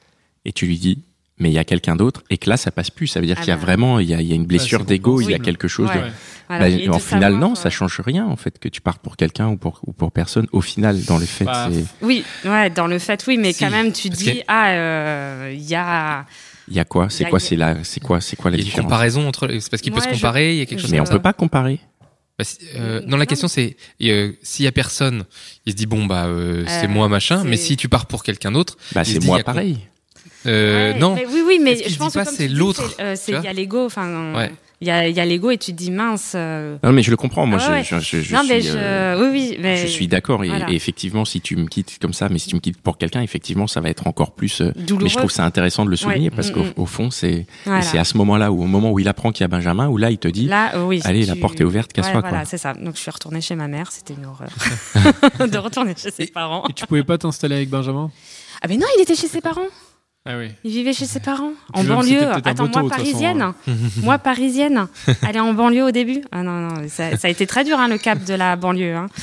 Speaker 1: et tu lui dis mais il y a quelqu'un d'autre et que là ça passe plus ça veut dire
Speaker 4: Ah
Speaker 1: qu'il y a
Speaker 4: bah.
Speaker 1: vraiment il y a, il y a une blessure
Speaker 2: c'est
Speaker 1: d'ego il y a
Speaker 2: compréhensible.
Speaker 1: quelque chose de-
Speaker 4: Ouais. Voilà.
Speaker 1: Bah,
Speaker 4: Et de
Speaker 1: en final
Speaker 4: savoir,
Speaker 1: non
Speaker 4: euh,
Speaker 1: ça change rien en fait que tu partes pour quelqu'un ou pour ou pour personne au final dans les faits
Speaker 2: Bah,
Speaker 1: c'est-
Speaker 4: Oui, ouais, dans le fait oui, mais
Speaker 3: Si,
Speaker 4: quand même tu
Speaker 3: parce
Speaker 4: dis
Speaker 3: que-
Speaker 4: ah euh, il y a
Speaker 1: il y a quoi c'est
Speaker 4: y a-
Speaker 1: quoi
Speaker 4: y a-
Speaker 1: c'est la c'est quoi c'est quoi la
Speaker 3: Il y a une
Speaker 1: différence
Speaker 3: comparaison entre. C'est parce qu'il peut
Speaker 4: Ouais,
Speaker 3: se
Speaker 4: je-
Speaker 3: comparer, il y a quelque chose.
Speaker 1: mais on
Speaker 4: Euh,
Speaker 1: peut pas comparer
Speaker 3: Bah, si- euh,
Speaker 4: Non,
Speaker 3: non, la
Speaker 4: non.
Speaker 3: question c'est et, euh, s'il y a personne, il se dit bon bah euh, c'est
Speaker 4: Euh,
Speaker 3: moi machin. Mais
Speaker 4: c'est-
Speaker 3: si tu pars pour quelqu'un d'autre,
Speaker 1: bah
Speaker 3: il se
Speaker 1: c'est
Speaker 3: dit, il y
Speaker 1: moi
Speaker 3: a quoi
Speaker 1: pareil
Speaker 3: euh,
Speaker 4: Ouais,
Speaker 3: non.
Speaker 4: mais oui, oui,
Speaker 3: Est-ce
Speaker 4: mais
Speaker 3: qu'il
Speaker 4: je
Speaker 3: se
Speaker 4: pense
Speaker 3: dit pas,
Speaker 4: que comme
Speaker 3: c'est
Speaker 4: tu dis,
Speaker 3: l'autre,
Speaker 4: c'est, euh, c'est-
Speaker 3: tu
Speaker 4: il y a l'ego, enfin,
Speaker 3: Ouais.
Speaker 4: il y a, il y a l'ego et tu te dis mince. euh,
Speaker 1: non mais je le comprends moi
Speaker 4: Ah
Speaker 1: je-
Speaker 4: ouais.
Speaker 1: je, je- je
Speaker 4: non,
Speaker 1: suis,
Speaker 4: mais je,
Speaker 1: euh,
Speaker 4: oui, oui, mais
Speaker 1: Je suis d'accord. Et,
Speaker 4: Voilà.
Speaker 1: et effectivement, si tu me quittes comme ça, mais si tu me quittes pour quelqu'un, effectivement, ça va être encore plus. euh,
Speaker 4: douloureux.
Speaker 1: mais je trouve ça intéressant de le souligner
Speaker 4: Ouais.
Speaker 1: parce
Speaker 4: Mm,
Speaker 1: qu'au
Speaker 4: mm.
Speaker 1: au fond, c'est
Speaker 4: Voilà.
Speaker 1: et c'est à ce moment-là où au moment où il apprend qu'il y a Benjamin, où là, il te dit,
Speaker 4: Là, euh, oui.
Speaker 1: allez, la porte est ouverte,
Speaker 4: Ouais,
Speaker 1: casse-toi. quoi.
Speaker 4: voilà, c'est ça. Donc je suis retournée chez ma mère, c'était une horreur [LAUGHS] de retourner chez ses parents.
Speaker 2: Et tu pouvais pas t'installer avec Benjamin
Speaker 4: Ah mais non, il était chez ses parents.
Speaker 2: Ah oui.
Speaker 4: Il vivait chez ses parents
Speaker 2: puis
Speaker 4: en
Speaker 2: même, c'était
Speaker 4: banlieue.
Speaker 2: peut-être un
Speaker 4: Attends,
Speaker 2: boto,
Speaker 4: moi
Speaker 2: de toute façon, hein.
Speaker 4: parisienne,
Speaker 2: [LAUGHS]
Speaker 4: moi parisienne, aller en banlieue au début. Ah non, non, ça, ça a été très dur hein, le cap de la banlieue.
Speaker 2: [LAUGHS]
Speaker 4: Hein.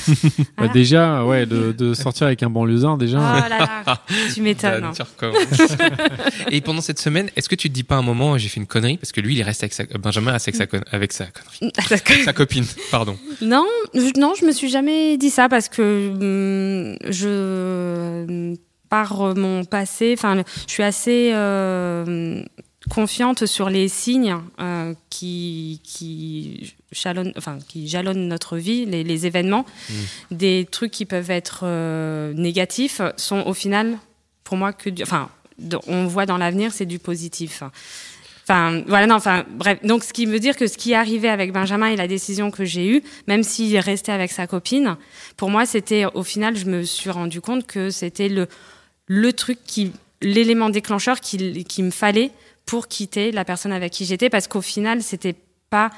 Speaker 2: Bah,
Speaker 4: Ah.
Speaker 2: déjà, ouais, de, de sortir avec un banlieusard,
Speaker 4: Oh
Speaker 2: déjà.
Speaker 4: là là, tu
Speaker 2: [LAUGHS]
Speaker 4: m'étonnes.
Speaker 3: Dan, Bah, tu recommences. [LAUGHS] et pendant cette semaine, est-ce que tu te dis pas un moment j'ai fait une connerie parce que lui il reste avec sa Benjamin reste avec sa con- avec sa connerie
Speaker 4: [LAUGHS] D'accord.
Speaker 3: sa copine pardon.
Speaker 4: Non, je, non, je me suis jamais dit ça parce que hum, je par euh, mon passé, enfin, le- je suis assez euh, confiante sur les signes euh, qui qui jalonnent, enfin, qui jalonnent notre vie, les, les événements, des trucs qui peuvent être euh, négatifs sont au final, pour moi, que, du- enfin, de- on voit dans l'avenir, c'est du positif. Enfin, voilà, non, enfin, bref. Donc, ce qui veut dire que ce qui est arrivé avec Benjamin et la décision que j'ai eue, même s'il est resté avec sa copine, pour moi, c'était, au final, je me suis rendu compte que c'était le, le truc qui, l'élément déclencheur qu'il qui me fallait pour quitter la personne avec qui j'étais, parce qu'au final, c'était pas,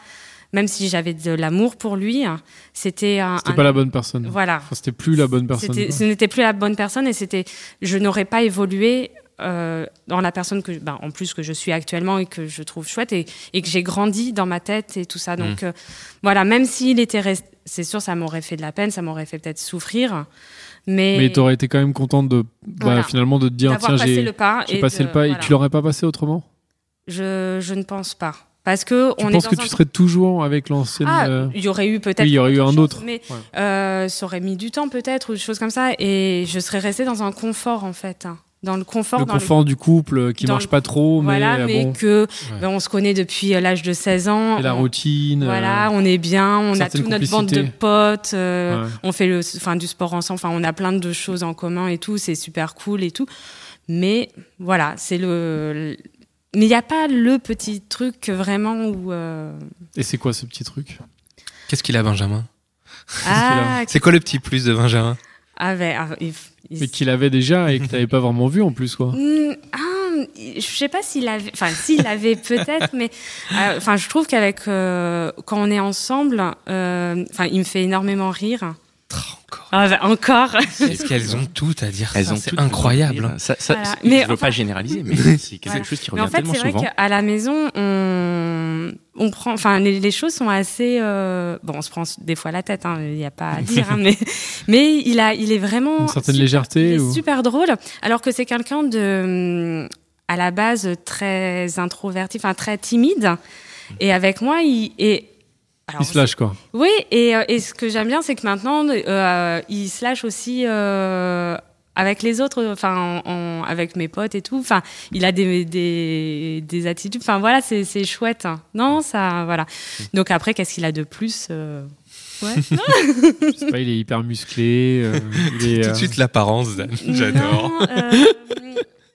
Speaker 4: même si j'avais de l'amour pour lui, hein, c'était un.
Speaker 2: C'était
Speaker 4: un-
Speaker 2: pas la bonne personne.
Speaker 4: Voilà.
Speaker 2: Enfin, c'était plus la bonne Mm. personne.
Speaker 4: C'était-
Speaker 2: quoi.
Speaker 4: ce n'était plus la bonne personne et c'était, je n'aurais pas évolué euh, dans la personne que, ben, en plus que je suis actuellement et que je trouve chouette et, et que j'ai grandi dans ma tête et tout ça. Donc
Speaker 2: Mm.
Speaker 4: euh, voilà, même s'il était resté, c'est sûr, ça m'aurait fait de la peine, ça m'aurait fait peut-être souffrir, mais,
Speaker 2: Mais t'aurais été quand même contente de, bah,
Speaker 4: Voilà.
Speaker 2: finalement, de te dire,
Speaker 4: d'avoir
Speaker 2: tiens,
Speaker 4: passé
Speaker 2: j'ai
Speaker 4: le pas.
Speaker 2: j'ai
Speaker 4: et
Speaker 2: passé
Speaker 4: de-
Speaker 2: le pas et
Speaker 4: voilà.
Speaker 2: tu l'aurais pas passé autrement
Speaker 4: je, je ne pense pas, parce que
Speaker 2: Tu
Speaker 4: on
Speaker 2: penses
Speaker 4: est
Speaker 2: que
Speaker 4: dans
Speaker 2: tu
Speaker 4: un-
Speaker 2: serais toujours avec l'ancienne.
Speaker 4: Ah,
Speaker 2: euh,
Speaker 4: il y aurait eu peut-être.
Speaker 2: oui, il y aurait eu un
Speaker 4: chose,
Speaker 2: autre.
Speaker 4: Mais
Speaker 2: Ouais.
Speaker 4: euh, ça aurait mis du temps peut-être ou des choses comme ça. Et je serais restée dans un confort en fait. hein. Dans le confort,
Speaker 2: le
Speaker 4: dans le-
Speaker 2: confort du couple euh, qui
Speaker 4: dans
Speaker 2: marche
Speaker 4: le-
Speaker 2: pas trop,
Speaker 4: voilà,
Speaker 2: mais, euh,
Speaker 4: mais
Speaker 2: bon,
Speaker 4: que ben, on se connaît depuis euh, l'âge de 16 ans.
Speaker 2: et la
Speaker 4: On-
Speaker 2: routine. euh,
Speaker 4: Voilà, on est bien, on a
Speaker 2: certaines
Speaker 4: toute notre bande de
Speaker 2: complicités.
Speaker 4: potes, euh,
Speaker 2: Ouais.
Speaker 4: on fait le, enfin, du sport ensemble, enfin, on a plein de choses en commun et tout, c'est super cool et tout. Mais voilà, c'est le, Mais il n'y a pas le petit truc vraiment
Speaker 2: [LAUGHS]
Speaker 4: où. euh,
Speaker 2: Et c'est quoi ce petit truc
Speaker 3: Qu'est-ce qu'il a, Benjamin
Speaker 4: Ah,
Speaker 3: C'est quoi le petit plus de Benjamin
Speaker 4: ah, ouais, ah, il- il-
Speaker 2: Mais qu'il avait déjà et que t'avais pas vraiment vu en plus, quoi.
Speaker 4: Hmm, ah, je sais pas s'il avait, enfin s'il avait [LAUGHS] peut-être, mais euh, enfin je trouve qu'avec euh, quand on est ensemble, euh, enfin il me fait énormément rire.
Speaker 3: Encore.
Speaker 4: Ah, bah, encore.
Speaker 3: Est-ce qu'elles ont toutes à dire
Speaker 1: Elles
Speaker 3: ça
Speaker 1: ont
Speaker 3: C'est
Speaker 1: toutes-
Speaker 3: incroyable. hein.
Speaker 1: Ça, ça,
Speaker 4: Voilà.
Speaker 1: c'est-
Speaker 4: Mais
Speaker 1: je veux
Speaker 4: enfin-
Speaker 1: pas généraliser,
Speaker 4: [LAUGHS]
Speaker 1: mais c'est quelque
Speaker 4: Voilà.
Speaker 1: chose qui
Speaker 4: Mais
Speaker 1: revient
Speaker 4: en fait,
Speaker 1: tellement
Speaker 4: c'est vrai
Speaker 1: souvent.
Speaker 4: qu'à la maison, on, on prend, enfin, les, les choses sont assez, euh, bon, on se prend des fois la tête, hein, il n'y a pas à dire,
Speaker 1: [LAUGHS]
Speaker 4: hein, mais, mais il a, il est vraiment
Speaker 2: Une certaine
Speaker 4: super-
Speaker 2: légèreté
Speaker 4: il est
Speaker 2: ou-
Speaker 4: super drôle, alors que c'est quelqu'un de, hum, à la base, très introverti, enfin, très timide, et avec moi, il est, alors,
Speaker 2: Il se lâche, quoi.
Speaker 4: oui, et, euh, et ce que j'aime bien, c'est que maintenant, euh, il se lâche aussi euh, avec les autres, enfin, en- en- avec mes potes et tout. Enfin, il a des, des, des attitudes. Enfin, voilà, c'est c'est chouette. hein. Non, ça, voilà.
Speaker 2: Mm.
Speaker 4: Donc après, qu'est-ce qu'il a de plus euh, Ouais.
Speaker 2: Je sais pas, il est hyper musclé. euh, il est,
Speaker 3: Tout
Speaker 2: euh,
Speaker 3: de suite l'apparence, Dan. [LAUGHS] J'adore.
Speaker 4: Non,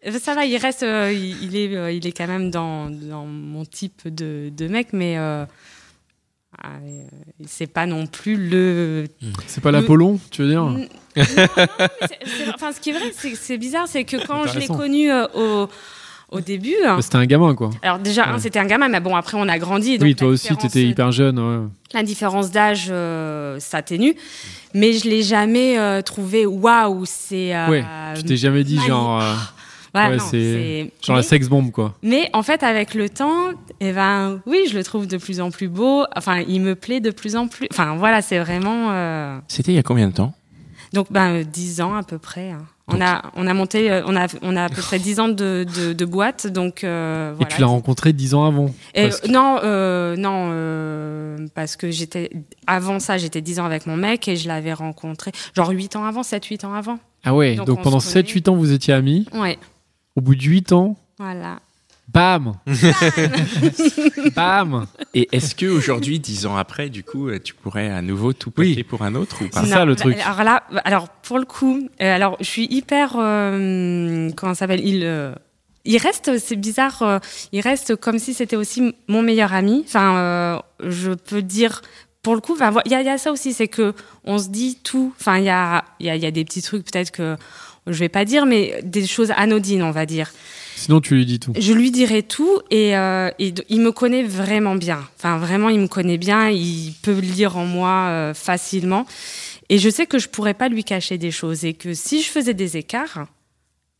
Speaker 4: euh, ça va, il reste, euh, il, il est, euh, il est quand même dans, dans mon type de, de mec, mais euh, ah, euh, c'est pas non plus le
Speaker 2: C'est pas l'Apollon, tu veux dire
Speaker 4: Mm. Non, non, mais c'est- c'est- enfin, ce qui est vrai, c'est c'est bizarre, c'est que quand je l'ai
Speaker 2: Intéressant.
Speaker 4: connu euh, au, au début,
Speaker 2: Bah, C'était un gamin, quoi.
Speaker 4: alors déjà, un, c'était un gamin, mais bon, après, on a grandi. donc
Speaker 2: Oui, toi
Speaker 4: la
Speaker 2: aussi,
Speaker 4: différence- Euh,
Speaker 2: t'étais hyper jeune. ouais.
Speaker 4: La différence d'âge euh, s'atténue, mais je l'ai jamais euh, trouvé waouh, c'est. euh,
Speaker 2: Ouais, tu t'es jamais dit,
Speaker 4: Mani-
Speaker 2: genre, euh,
Speaker 4: Ah, voilà,
Speaker 2: ouais,
Speaker 4: non,
Speaker 2: c'est-
Speaker 4: c'est-
Speaker 2: genre la
Speaker 4: mais,
Speaker 2: sex-bombe, quoi.
Speaker 4: mais en fait, avec le temps, eh ben, oui, je le trouve de plus en plus beau. Enfin, il me plaît de plus en plus. Enfin, voilà, c'est vraiment. euh,
Speaker 1: C'était il y a combien de temps
Speaker 4: Donc, ben, euh, 10 ans à peu près. hein. On a, on a monté, euh, on a, on a à peu près 10 ans de, de, de boîte, donc euh,
Speaker 2: Et
Speaker 4: voilà.
Speaker 2: tu l'as rencontré dix ans avant.
Speaker 4: Et, euh,
Speaker 2: presque.
Speaker 4: non, euh, non, euh, parce que j'étais avant ça, j'étais 10 ans avec mon mec et je l'avais rencontré genre 8 ans avant, 7-8 ans avant.
Speaker 2: Ah ouais,
Speaker 4: donc
Speaker 2: donc,
Speaker 4: on
Speaker 2: pendant
Speaker 4: se connaît.
Speaker 2: 7-8 ans, vous étiez amis.
Speaker 4: Ouais,
Speaker 2: Au bout de 8 ans,
Speaker 4: voilà.
Speaker 2: bam Bam
Speaker 1: Et est-ce que aujourd'hui, dix ans après, du coup, euh, tu pourrais à nouveau tout
Speaker 2: Oui.
Speaker 1: péter pour un autre ou pas
Speaker 2: C'est ça, le truc.
Speaker 4: Euh, Alors là, alors pour le coup, euh, alors je suis hyper euh, comment ça s'appelle Il euh, il reste, c'est bizarre, euh, il reste comme si c'était aussi m- mon meilleur ami. Enfin, euh, je peux dire. Pour le coup, enfin, vo- il y, a- il y a ça aussi, c'est que on se dit tout. Enfin, il y a, il y, a, il y a des petits trucs peut-être que je vais pas dire, mais des choses anodines, on va dire.
Speaker 2: Sinon, tu lui dis tout.
Speaker 4: Je lui dirai tout et, euh, et d- il me connaît vraiment bien. Enfin, vraiment, il me connaît bien. Il peut lire en moi euh, facilement. Et je sais que je pourrais pas lui cacher des choses et que si je faisais des écarts,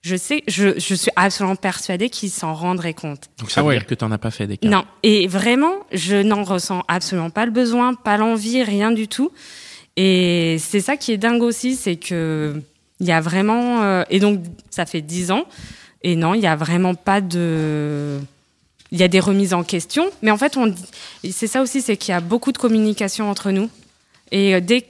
Speaker 4: je sais, je, je suis absolument persuadée qu'il s'en rendrait compte.
Speaker 1: Donc ça
Speaker 2: Ah
Speaker 1: veut
Speaker 2: ouais.
Speaker 1: dire que t'en as pas fait des cas.
Speaker 4: Non. Et vraiment, je n'en ressens absolument pas le besoin, pas l'envie, rien du tout. Et c'est ça qui est dingue aussi, c'est que il y a vraiment. euh, et donc, ça fait dix ans. Et non, il y a vraiment pas de. Il y a des remises en question. Mais en fait, on. C'est ça aussi, c'est qu'il y a beaucoup de communication entre nous. Et euh, dès.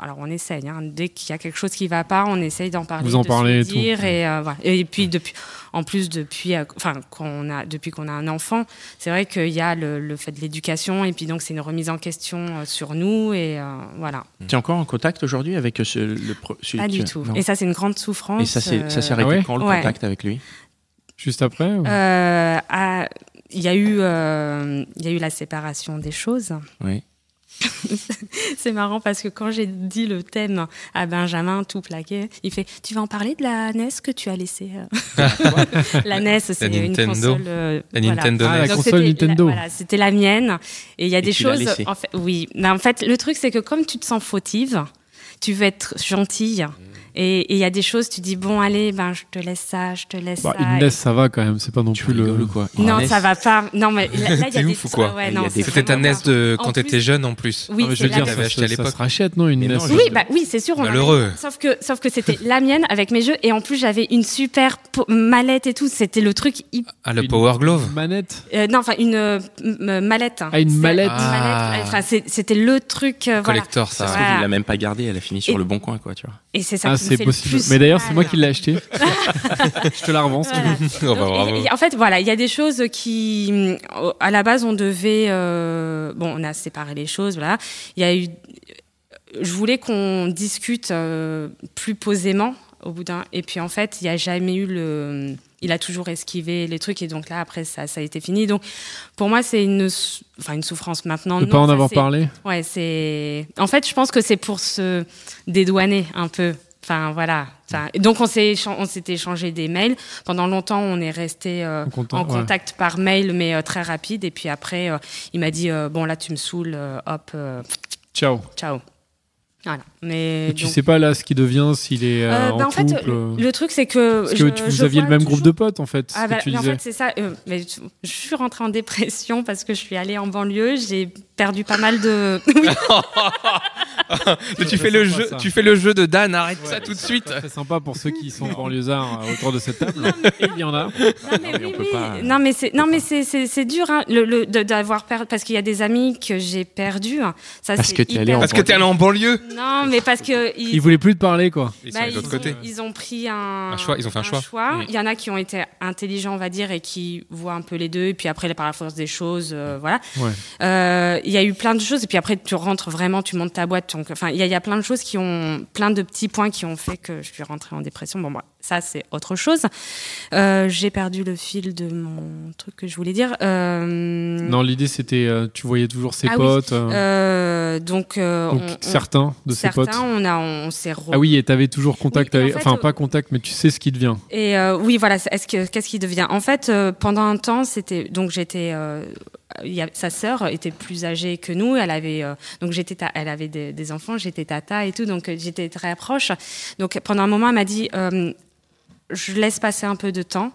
Speaker 4: Alors, on essaye. hein, dès qu'il y a quelque chose qui va pas, on essaye d'en parler.
Speaker 2: Vous en
Speaker 4: de se
Speaker 2: parlez et tout.
Speaker 4: dire, Et, euh, voilà. et puis, depuis. En plus, depuis. euh, Enfin, qu'on a. Depuis qu'on a un enfant, c'est vrai qu'il y a le, le fait de l'éducation. Et puis, donc, c'est une remise en question euh, sur nous. Et euh, voilà.
Speaker 1: T'es encore en contact aujourd'hui avec euh, ce, le pro- celui
Speaker 4: Pas
Speaker 1: que-
Speaker 4: du tout.
Speaker 1: non.
Speaker 4: Et ça, c'est une grande souffrance.
Speaker 1: Et ça s'est ça s'est
Speaker 4: euh,
Speaker 1: arrêté
Speaker 2: Ah ouais
Speaker 1: quand le
Speaker 4: Ouais.
Speaker 1: contact avec lui
Speaker 2: Juste après ou-
Speaker 4: euh, à- Il y, a eu, euh, il y a eu la séparation des choses.
Speaker 1: Oui.
Speaker 4: C'est marrant parce que quand j'ai dit le thème à Benjamin, tout plaqué, il fait Tu vas en parler de la NES que tu as laissée euh [LAUGHS] La NES, c'est une
Speaker 3: Nintendo.
Speaker 4: console. euh,
Speaker 3: La
Speaker 4: voilà.
Speaker 3: Nintendo
Speaker 2: Ah, la
Speaker 3: NES.
Speaker 4: Donc,
Speaker 2: console
Speaker 4: c'était
Speaker 2: Nintendo.
Speaker 4: La, voilà, c'était la mienne. Et il y a des
Speaker 1: tu l'as
Speaker 4: choses.
Speaker 1: laissée.
Speaker 4: En fait, oui. Mais en fait, le truc, c'est que comme tu te sens fautive, tu veux être gentille. Et et il y a des choses, tu dis Bon, allez, ben, je te laisse ça, je te laisse
Speaker 2: Bah,
Speaker 4: ça.
Speaker 2: une laisse, ça va quand même, c'est pas non
Speaker 1: Tu
Speaker 2: plus
Speaker 1: rigoles
Speaker 2: le.
Speaker 1: ou quoi
Speaker 4: Non,
Speaker 1: Une E
Speaker 4: ça
Speaker 1: NES.
Speaker 4: va pas. Non, mais là, là, il y
Speaker 3: T'es
Speaker 4: a des
Speaker 3: ouf ou quoi
Speaker 4: ouais,
Speaker 1: Il y
Speaker 4: non,
Speaker 1: a
Speaker 4: c'est
Speaker 1: des-
Speaker 3: C'était ta
Speaker 4: vraiment
Speaker 3: NES
Speaker 4: pas.
Speaker 3: de
Speaker 4: En
Speaker 3: quand
Speaker 4: plus-
Speaker 3: t'étais jeune en plus. Ah,
Speaker 4: Oui,
Speaker 2: Non, mais je
Speaker 4: c'est
Speaker 2: veux
Speaker 4: la
Speaker 2: dire,
Speaker 4: NES.
Speaker 3: T'avais
Speaker 2: ça,
Speaker 3: acheté
Speaker 2: se-
Speaker 3: à
Speaker 2: ça
Speaker 3: l'époque.
Speaker 2: se rachète, non Une
Speaker 1: Mais
Speaker 2: NES.
Speaker 1: non,
Speaker 4: Oui, bah oui, c'est sûr. on a-
Speaker 3: Malheureux.
Speaker 4: Sauf que, sauf que c'était la mienne avec mes jeux et en plus j'avais une super po- mallette et tout. C'était le truc. hy-
Speaker 3: Ah, le
Speaker 2: Une-
Speaker 3: Power Glove.
Speaker 2: Manette
Speaker 4: euh, non, enfin une euh, m- m- mallette.
Speaker 2: Ah, une
Speaker 4: C'est-
Speaker 2: mallette.
Speaker 3: Ah.
Speaker 4: mallette. Enfin, c'est- c'était le truc. euh, voilà.
Speaker 3: Collector, ça.
Speaker 1: Ça se trouve, il l'a même pas gardé, elle a fini sur
Speaker 4: Et-
Speaker 1: le bon coin, quoi, tu vois.
Speaker 4: Et c'est ça
Speaker 2: Ah,
Speaker 4: qui me fait
Speaker 2: c'est
Speaker 4: le
Speaker 2: possible.
Speaker 4: plus
Speaker 2: Mais d'ailleurs, c'est
Speaker 4: mal.
Speaker 2: moi qui l'ai acheté. Je te la revends si tu
Speaker 4: Voilà.
Speaker 2: veux.
Speaker 3: [LAUGHS] Oh, bah,
Speaker 4: Donc,
Speaker 3: bravo.
Speaker 4: il y a- en fait, voilà, il y a des choses qui, hum, à la base, on devait, euh, bon, on a séparé les choses, voilà. Il y a eu, je voulais qu'on discute euh, plus posément au bout d'un, et puis en fait, il n'y a jamais eu le, il a toujours esquivé les trucs. Et donc là, après, ça, ça a été fini. Donc pour moi, c'est une, sou- enfin, une souffrance maintenant.
Speaker 2: Ne
Speaker 4: non,
Speaker 2: pas en
Speaker 4: ça,
Speaker 2: avoir
Speaker 4: c'est-
Speaker 2: parlé
Speaker 4: Ouais, c'est. En fait, je pense que c'est pour se dédouaner un peu. Enfin, voilà. Enfin,
Speaker 2: Mm.
Speaker 4: donc, on s'est échan- on s'est échangé des mails. Pendant longtemps, on est resté euh,
Speaker 2: En contact,
Speaker 4: en
Speaker 2: ouais.
Speaker 4: contact par mail, mais euh, très rapide. Et puis après, euh, il m'a dit euh, Bon, là, tu me saoules, euh, hop, euh,
Speaker 2: Ciao.
Speaker 4: ciao. Voilà. Mais.
Speaker 2: Et tu
Speaker 4: donc-
Speaker 2: sais pas là ce qui devient, s'il est euh,
Speaker 4: Euh,
Speaker 2: en
Speaker 4: bah, en fait,
Speaker 2: couple. euh,
Speaker 4: le truc, c'est que.
Speaker 2: Parce
Speaker 4: je-
Speaker 2: que tu, vous
Speaker 4: je
Speaker 2: aviez le
Speaker 4: vois
Speaker 2: même groupe
Speaker 4: toujours-
Speaker 2: de potes en fait, ce
Speaker 4: Ah,
Speaker 2: que
Speaker 4: bah,
Speaker 2: tu
Speaker 4: mais en
Speaker 2: disais.
Speaker 4: fait, c'est ça. euh, mais tu- je suis rentrée en dépression parce que je suis allée en banlieue. J'ai perdu pas mal de. Oui,
Speaker 3: Mais tu fais le
Speaker 2: sympa,
Speaker 3: jeu,
Speaker 2: ça.
Speaker 3: tu fais le jeu de Dan. Arrête ça tout de suite.
Speaker 2: C'est sympa pour ceux qui sont banlieusards euh, autour de cette
Speaker 4: [LAUGHS]
Speaker 2: table. Il y en a.
Speaker 4: non, mais
Speaker 1: mais
Speaker 4: oui,
Speaker 1: on peut
Speaker 4: oui.
Speaker 1: pas-
Speaker 4: Non, mais c'est, non, mais c'est, c'est, c'est dur hein, le, le- de- d'avoir perdu. Parce qu'il y a des amis que j'ai perdus. hein. Ça,
Speaker 1: Parce
Speaker 4: c'est
Speaker 1: que t'es
Speaker 4: hyper-
Speaker 1: allée en
Speaker 3: Parce que t'es allé en banlieue.
Speaker 4: Non, mais parce que. Ils...
Speaker 2: Il voulait plus te parler quoi.
Speaker 3: Ils
Speaker 4: bah,
Speaker 3: sont de
Speaker 4: ils,
Speaker 3: l'autre
Speaker 4: ont,
Speaker 3: côté.
Speaker 4: ils ont pris un,
Speaker 3: Un choix, ils ont fait un choix. Mm.
Speaker 4: Il y en a qui ont été intelligents, on va dire, et qui voient un peu les deux. Et puis après, par la force des choses, euh, voilà.
Speaker 2: Mm. Ouais.
Speaker 4: Euh, Il y a eu plein de choses. Et puis après, tu rentres vraiment, tu montes ta boîte. Donc, enfin, il y, a- il y a plein de choses qui ont, plein de petits points qui ont fait que je suis rentrée en dépression. Bon, bah, ça, c'est autre chose. Euh, J'ai perdu le fil de mon truc que je voulais dire. Euh,
Speaker 2: Non, l'idée c'était euh, tu voyais toujours ses
Speaker 4: Ah oui.
Speaker 2: potes. euh,
Speaker 4: euh, donc, euh,
Speaker 2: donc
Speaker 4: on- on-
Speaker 2: certains de ses
Speaker 4: certains,
Speaker 2: potes.
Speaker 4: on a, on s'est re-
Speaker 2: Ah oui, et t'avais toujours contact
Speaker 4: Oui, et en
Speaker 2: avec.
Speaker 4: fait,
Speaker 2: Enfin,
Speaker 4: euh,
Speaker 2: pas contact, mais tu sais ce qui devient.
Speaker 4: Et euh, oui, voilà, c'est- est-ce que qu'est-ce qui devient En fait, euh, pendant un temps, c'était donc j'étais euh, il y a- sa sœur était plus âgée que nous, elle avait euh, donc j'étais ta- elle avait des, des enfants, j'étais tata et tout, donc euh, j'étais très proche. Donc pendant un moment, elle m'a dit euh, je laisse passer un peu de temps.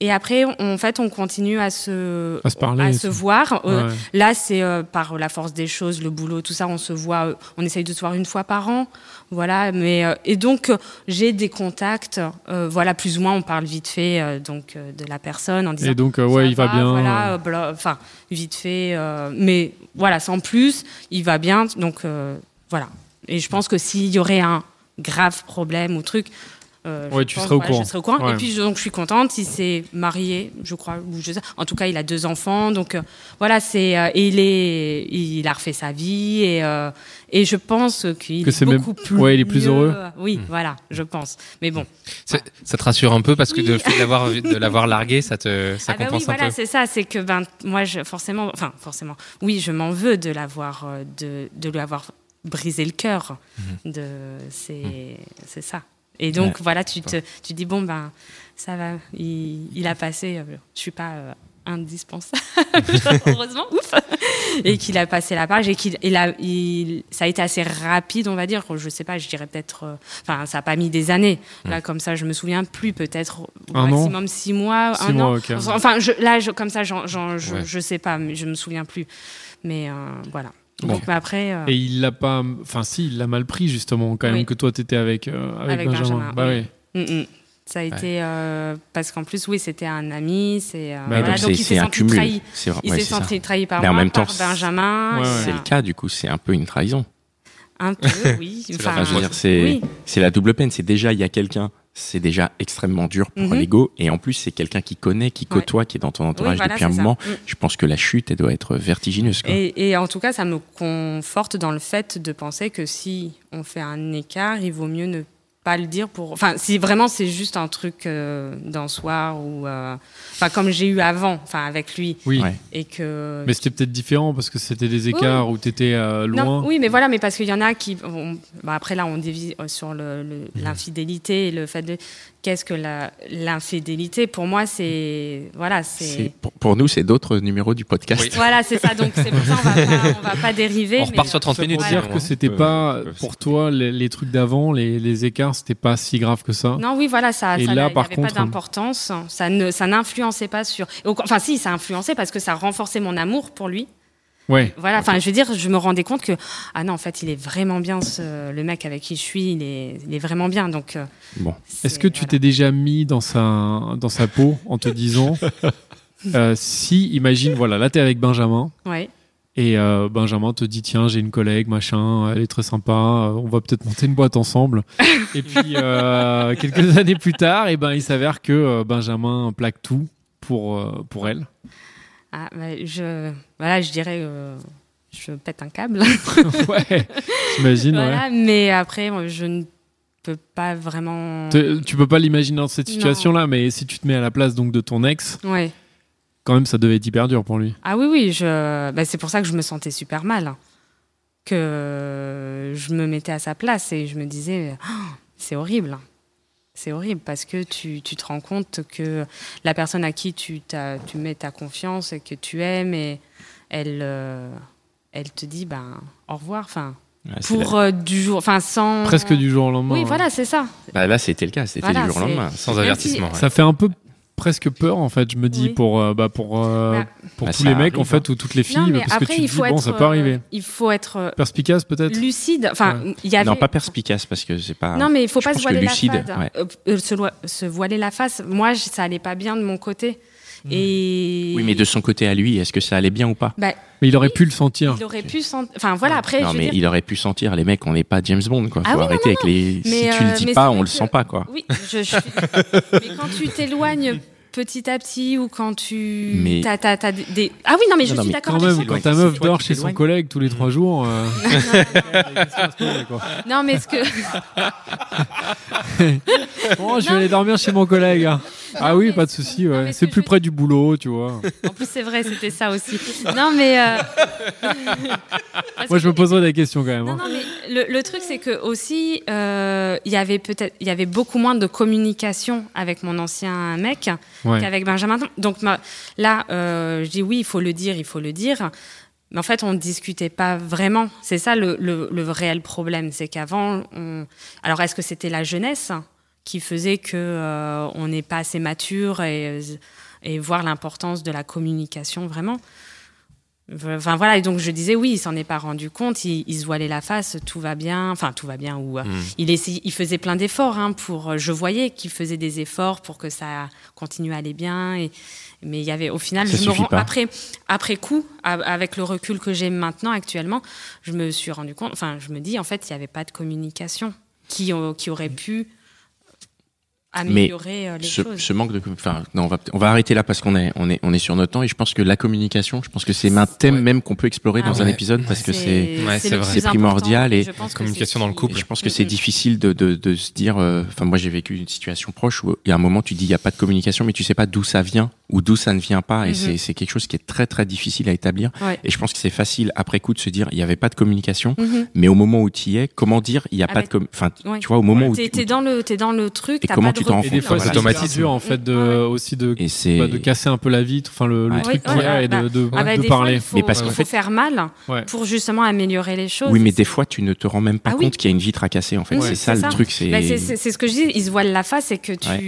Speaker 4: Et après, on- en fait, on continue à se,
Speaker 2: À se parler et
Speaker 4: se
Speaker 2: tout.
Speaker 4: voir. Euh,
Speaker 2: Ouais.
Speaker 4: Là, c'est euh, par la force des choses, le boulot, tout ça, on se voit, euh, on essaye de se voir une fois par an, voilà. Mais euh, et donc euh, j'ai des contacts, euh, voilà, plus ou moins, on parle vite fait euh, donc euh, de la personne en disant.
Speaker 2: Et donc, euh,
Speaker 4: ça
Speaker 2: ouais, il va bien.
Speaker 4: Voilà, euh, bla- enfin vite fait, euh, mais voilà, sans plus, il va bien, donc euh, voilà. Et je pense que s'il y aurait un grave problème ou truc. euh, je
Speaker 2: Ouais, tu
Speaker 4: pense,
Speaker 2: serais au
Speaker 4: voilà,
Speaker 2: courant.
Speaker 4: Je serais au courant.
Speaker 2: Ouais.
Speaker 4: Et puis je- donc je suis contente. Il s'est marié, je crois, ou je sais. En tout cas, il a deux enfants, donc euh, voilà. C'est euh, et il est, il a refait sa vie et euh, et je pense qu'il
Speaker 2: Que
Speaker 4: est
Speaker 2: c'est
Speaker 4: beaucoup
Speaker 2: même-
Speaker 4: plus.
Speaker 2: ouais, il est plus
Speaker 4: mieux.
Speaker 2: heureux. Hmm.
Speaker 4: Oui, voilà, je pense. Mais bon.
Speaker 3: Ça, ça te rassure un peu parce que de, le fait de l'avoir de l'avoir largué, ça te ça
Speaker 4: ah bah oui,
Speaker 3: compense
Speaker 4: voilà,
Speaker 3: un peu.
Speaker 4: c'est ça. C'est que ben moi, je, forcément, enfin forcément, oui, je m'en veux de l'avoir, euh, de de lui avoir brisé le cœur.
Speaker 3: Mhm.
Speaker 4: De c'est c'est ça. Et donc voilà, tu te tu dis bon ben ça va, il, il a passé. euh, je suis pas euh, indispensable, [LAUGHS] heureusement,
Speaker 3: [LAUGHS]
Speaker 4: ouf, et qu'il a passé la page et qu'il il a il ça a été assez rapide, on va dire. Je sais pas, je dirais peut-être, euh, enfin ça a pas mis des années. Là comme ça, je me souviens plus peut-être au
Speaker 2: Un an
Speaker 4: maximum six mois,
Speaker 2: Six
Speaker 4: un
Speaker 2: mois,
Speaker 4: an.
Speaker 2: ok.
Speaker 4: Ah, Enfin, je, là, je, comme ça, j'en- j'en- je,
Speaker 3: Ouais.
Speaker 4: je sais pas, mais je me souviens plus. Mais euh, voilà.
Speaker 3: Bon.
Speaker 4: Donc, mais après, euh,
Speaker 2: Et il l'a pas. Enfin, si, il l'a mal pris justement quand même
Speaker 4: Oui.
Speaker 2: que toi t'étais avec euh, avec,
Speaker 4: Avec
Speaker 2: Benjamin.
Speaker 4: Benjamin,
Speaker 2: Bah
Speaker 4: oui.
Speaker 2: ouais.
Speaker 4: mm, mm. ça a été euh, parce qu'en plus, oui, c'était un ami, c'est euh,
Speaker 2: Bah,
Speaker 4: voilà,
Speaker 2: donc
Speaker 4: donc il s'est
Speaker 1: un
Speaker 4: senti
Speaker 1: cumul.
Speaker 4: trahi.
Speaker 1: C'est vrai,
Speaker 4: Il
Speaker 1: ouais,
Speaker 4: s'est
Speaker 1: c'est ça.
Speaker 4: senti trahi par
Speaker 1: Mais en
Speaker 4: moi,
Speaker 1: même temps,
Speaker 4: par
Speaker 2: ouais,
Speaker 4: Benjamin. et,
Speaker 2: ouais.
Speaker 1: C'est
Speaker 4: euh,
Speaker 1: le cas, du coup, c'est un peu une trahison.
Speaker 4: Un peu, oui.
Speaker 3: C'est la
Speaker 4: Enfin,
Speaker 2: Ah,
Speaker 1: Enfin, je veux dire, [LAUGHS] c'est
Speaker 4: oui.
Speaker 1: c'est la double peine. C'est déjà, il y a quelqu'un, c'est déjà extrêmement dur pour
Speaker 4: Mhm.
Speaker 1: l'ego. Et en plus, c'est quelqu'un qui connaît, qui
Speaker 4: Ouais.
Speaker 1: côtoie, qui est dans ton entourage
Speaker 4: Oui, voilà,
Speaker 1: depuis un
Speaker 4: c'est ça.
Speaker 1: moment.
Speaker 4: Mm.
Speaker 1: Je pense que la chute, elle doit être vertigineuse. Quoi.
Speaker 4: Et, et en tout cas, ça me conforte dans le fait de penser que si on fait un écart, il vaut mieux ne pas le dire pour. Enfin, si vraiment c'est juste un truc euh, d'un soir ou. euh, Enfin, comme j'ai eu avant, enfin, avec lui.
Speaker 2: Oui.
Speaker 1: Ouais.
Speaker 4: Et que.
Speaker 2: Mais c'était peut-être différent parce que c'était des écarts où t'étais euh, loin.
Speaker 4: Non, oui, mais voilà, mais parce qu'il y en a qui. on- bah, après, là, on dévie euh, sur le- le- l'infidélité et le fait de. Qu'est-ce que la- l'infidélité Pour moi, c'est. Voilà,
Speaker 1: C'est-
Speaker 4: c'est.
Speaker 1: Pour, pour nous, c'est d'autres numéros du podcast.
Speaker 3: Oui.
Speaker 4: Voilà, c'est ça. Donc, c'est pour ça, on va pas, on va pas dériver.
Speaker 3: On
Speaker 4: mais,
Speaker 3: repart sur
Speaker 4: euh,
Speaker 3: 30
Speaker 2: Ça
Speaker 3: minutes.
Speaker 2: Pour
Speaker 3: sinon,
Speaker 2: dire
Speaker 3: hein.
Speaker 2: que c'était
Speaker 1: peut-
Speaker 2: pas
Speaker 1: peut-
Speaker 2: pour toi les, les trucs d'avant, les, les écarts, c'était pas si grave que ça.
Speaker 4: Non, oui, voilà, ça,
Speaker 2: Et
Speaker 4: ça
Speaker 2: là,
Speaker 4: n'a- il y
Speaker 2: par
Speaker 4: avait
Speaker 2: contre,
Speaker 4: pas d'importance. Ça ne, ça n'influençait pas sur. au- Enfin, si, ça influençait parce que ça renforçait mon amour pour lui.
Speaker 2: Ouais.
Speaker 4: Voilà. Enfin, je veux dire, je me rendais compte que ah non, en fait, il est vraiment bien ce- le mec avec qui je suis. Il est, il est vraiment bien. Donc. euh,
Speaker 1: Bon.
Speaker 4: c'est-
Speaker 2: Est-ce que tu
Speaker 4: voilà.
Speaker 2: t'es déjà mis dans sa dans sa peau en te disant euh, si imagine voilà là t'es avec Benjamin
Speaker 4: Ouais.
Speaker 2: et euh, Benjamin te dit tiens j'ai une collègue machin elle est très sympa euh, on va peut-être monter une boîte
Speaker 4: [LAUGHS]
Speaker 2: ensemble et puis euh, quelques [LAUGHS] années plus tard et ben il s'avère que euh, Benjamin plaque tout pour euh, pour elle
Speaker 4: Ah, bah, je, voilà, je dirais, euh, je pète un câble.
Speaker 2: [LAUGHS] ouais j'imagine ouais.
Speaker 4: [LAUGHS] voilà, mais après, moi, je ne peux pas vraiment.
Speaker 2: Te- Tu peux pas l'imaginer dans cette situation-là, mais si tu te mets à la place donc de ton ex,
Speaker 4: Ouais.
Speaker 2: quand même, ça devait être hyper dur pour lui.
Speaker 4: Ah oui, oui, je... bah, c'est pour ça que je me sentais super mal. hein. Que je me mettais à sa place et je me disais, Ah, c'est horrible. C'est horrible parce que tu, tu te rends compte que la personne à qui tu, t'as- tu mets ta confiance et que tu aimes, et elle, euh, elle te dit ben, au revoir. Enfin,
Speaker 1: Ouais, c'est
Speaker 4: pour euh, du jour. Enfin, sans.
Speaker 2: Presque du jour au lendemain.
Speaker 4: Oui,
Speaker 2: hein.
Speaker 4: voilà, c'est ça.
Speaker 1: la- Bah, là, c'était le cas. C'était
Speaker 4: Voilà,
Speaker 1: du jour au
Speaker 4: c'est-
Speaker 1: lendemain.
Speaker 3: Sans
Speaker 4: Même
Speaker 3: avertissement. ouais.
Speaker 2: Ça fait un peu presque peur en fait, je me dis
Speaker 4: Oui.
Speaker 2: pour euh, bah, pour euh,
Speaker 4: Bah.
Speaker 2: pour
Speaker 1: Bah,
Speaker 2: tous
Speaker 1: ça
Speaker 2: les mecs
Speaker 1: arrive,
Speaker 2: en fait ou toutes les filles
Speaker 4: non, mais
Speaker 2: parce
Speaker 4: après,
Speaker 2: que tu
Speaker 4: il
Speaker 2: te dis
Speaker 4: faut
Speaker 2: bon,
Speaker 4: être.
Speaker 2: ça peut
Speaker 4: euh,
Speaker 2: arriver.
Speaker 4: Il faut être euh,
Speaker 2: Perspicace peut-être.
Speaker 4: lucide. Enfin, il y avait.
Speaker 1: Non, pas perspicace parce que c'est pas.
Speaker 4: Non, mais il faut
Speaker 1: Ah, Je
Speaker 4: pas
Speaker 1: pense
Speaker 4: se
Speaker 1: que
Speaker 4: voiler
Speaker 1: lucide,
Speaker 4: la face.
Speaker 1: ouais.
Speaker 4: Euh, euh, se, loi- se voiler la face. Moi, je- ça allait pas bien de mon côté.
Speaker 2: Hmm.
Speaker 4: Et
Speaker 1: Oui, mais de son côté à lui, est-ce que ça allait bien ou pas
Speaker 4: Bah,
Speaker 2: Mais il aurait pu le sentir.
Speaker 4: il aurait pu. s'en- Enfin, voilà. Après,
Speaker 1: Non,
Speaker 4: je veux
Speaker 1: mais
Speaker 4: dire-
Speaker 1: il aurait pu sentir. Les mecs, on n'est pas James Bond, quoi. Faut
Speaker 4: Ah oui, non,
Speaker 1: arrêter avec les. Si
Speaker 4: Mais,
Speaker 1: tu le
Speaker 4: euh,
Speaker 1: dis
Speaker 4: mais
Speaker 1: pas,
Speaker 4: c'est
Speaker 1: on
Speaker 4: vrai
Speaker 1: le
Speaker 4: que-
Speaker 1: sent pas, quoi.
Speaker 4: Oui, je, je suis- [LAUGHS] mais quand tu t'éloignes petit à petit ou quand tu.
Speaker 1: Mais-
Speaker 4: t'as- t'as- t'as des- des- Ah oui, non, mais je
Speaker 1: Non, non,
Speaker 4: suis
Speaker 1: mais
Speaker 4: d'accord.
Speaker 2: Quand
Speaker 4: avec
Speaker 2: même,
Speaker 4: toi.
Speaker 2: quand ta
Speaker 1: C'est
Speaker 2: meuf
Speaker 1: toi
Speaker 2: dort
Speaker 1: qui
Speaker 2: chez son
Speaker 1: t'éloignes.
Speaker 2: collègue tous les
Speaker 1: Mm.
Speaker 2: trois jours,
Speaker 4: [LAUGHS]
Speaker 2: euh,
Speaker 4: Non, mais ce que.
Speaker 2: oh, je vais aller dormir chez mon collègue. hein. Ah oui,
Speaker 4: mais-
Speaker 2: pas de souci. ouais.
Speaker 4: mais ce
Speaker 2: C'est
Speaker 4: que
Speaker 2: plus
Speaker 4: je-
Speaker 2: près du boulot, tu
Speaker 4: [LAUGHS]
Speaker 2: vois.
Speaker 4: En plus, c'est vrai, c'était ça aussi. Non, mais. euh, parce
Speaker 2: Moi, je me
Speaker 4: que-
Speaker 2: poserais des questions quand même.
Speaker 4: Non,
Speaker 2: hein.
Speaker 4: non, mais le, le truc, c'est que aussi, euh, il y avait peut-être, il y avait beaucoup moins de communication avec mon ancien mec
Speaker 2: Ouais.
Speaker 4: qu'avec Benjamin. Donc ma- là, euh, je dis oui, il faut le dire, il faut le dire. Mais en fait, on ne discutait pas vraiment. C'est ça le, le- le réel problème, c'est qu'avant, on... alors est-ce que c'était la jeunesse qui faisait que euh, on n'est pas assez mature et, et voir l'importance de la communication vraiment Enfin voilà, et donc je disais oui, il s'en est pas rendu compte, il, il se voilait la face, tout va bien, enfin tout va bien
Speaker 1: Mm.
Speaker 4: ou euh, il, essayait- il faisait plein d'efforts hein, pour, je voyais qu'il faisait des efforts pour que ça continue à aller bien, et, mais il y avait au final,
Speaker 1: Ça
Speaker 4: je me
Speaker 1: suffit
Speaker 4: rends-
Speaker 1: pas.
Speaker 4: après, après coup, a- avec le recul que j'ai maintenant actuellement, je me suis rendu compte, enfin je me dis en fait il n'y avait pas de communication qui, au- qui aurait pu améliorer euh, les
Speaker 1: ce,
Speaker 4: choses.
Speaker 1: ce manque de commu- enfin non on va peut- on va arrêter là parce qu'on est on est on est sur notre temps et je pense que la communication je pense que c'est un thème
Speaker 3: Ouais.
Speaker 1: même qu'on peut explorer
Speaker 4: Ah
Speaker 1: dans un
Speaker 3: ouais.
Speaker 1: épisode parce que c'est
Speaker 3: Ouais,
Speaker 4: c'est
Speaker 3: c'est
Speaker 4: le
Speaker 3: vrai.
Speaker 4: plus
Speaker 1: C'est primordial
Speaker 4: important,
Speaker 1: et
Speaker 4: je pense que c'est
Speaker 3: communication dans le
Speaker 4: ce
Speaker 3: couple.
Speaker 4: qui-
Speaker 1: je pense que c'est
Speaker 4: Mm-mm.
Speaker 1: difficile de, de, de se dire euh, enfin moi j'ai vécu une situation proche où il y a un moment tu dis il y a pas de communication mais tu sais pas d'où ça vient ou d'où ça ne vient pas et
Speaker 4: Mhm.
Speaker 1: c'est c'est quelque chose qui est très très difficile à établir
Speaker 4: Ouais.
Speaker 1: et je pense que c'est facile après coup de se dire il y avait pas de communication
Speaker 4: Mhm.
Speaker 1: mais au moment où tu y es comment dire il y a
Speaker 4: Ah
Speaker 1: pas
Speaker 4: bah,
Speaker 1: de com- enfin
Speaker 4: ouais.
Speaker 1: tu vois au moment où
Speaker 4: T'es
Speaker 1: tu-
Speaker 4: t'es dans le t'es dans le truc.
Speaker 1: Et
Speaker 4: t'as
Speaker 1: comment
Speaker 4: pas de
Speaker 1: tu t'en
Speaker 4: recul,
Speaker 2: Et des
Speaker 1: fond,
Speaker 2: fois,
Speaker 4: hein.
Speaker 1: voilà.
Speaker 2: c'est hyper
Speaker 3: Automatisme.
Speaker 2: dur en fait de,
Speaker 4: Ouais, ouais.
Speaker 2: aussi de,
Speaker 1: et c'est
Speaker 2: bah, de casser un peu la vitre, enfin le, le
Speaker 1: Ouais.
Speaker 2: truc
Speaker 4: Ouais,
Speaker 2: qu'il y a
Speaker 4: voilà,
Speaker 2: et de,
Speaker 4: bah,
Speaker 2: de-
Speaker 4: Ah bah,
Speaker 2: de
Speaker 4: des fois,
Speaker 2: parler.
Speaker 4: il faut,
Speaker 1: Mais parce qu'en
Speaker 4: faut
Speaker 1: fait-
Speaker 4: faire mal
Speaker 2: Ouais.
Speaker 4: pour justement améliorer les choses.
Speaker 1: Oui, mais des fois, tu ne te rends même pas
Speaker 4: Ah oui.
Speaker 1: compte qu'il y a une vitre à casser, en fait.
Speaker 4: Oui,
Speaker 1: c'est
Speaker 4: c'est
Speaker 1: ça, le
Speaker 4: ça.
Speaker 1: truc. C'est...
Speaker 4: Bah, c'est- c'est c'est ce que je dis. Ils se voilent la face et que tu
Speaker 1: Ouais.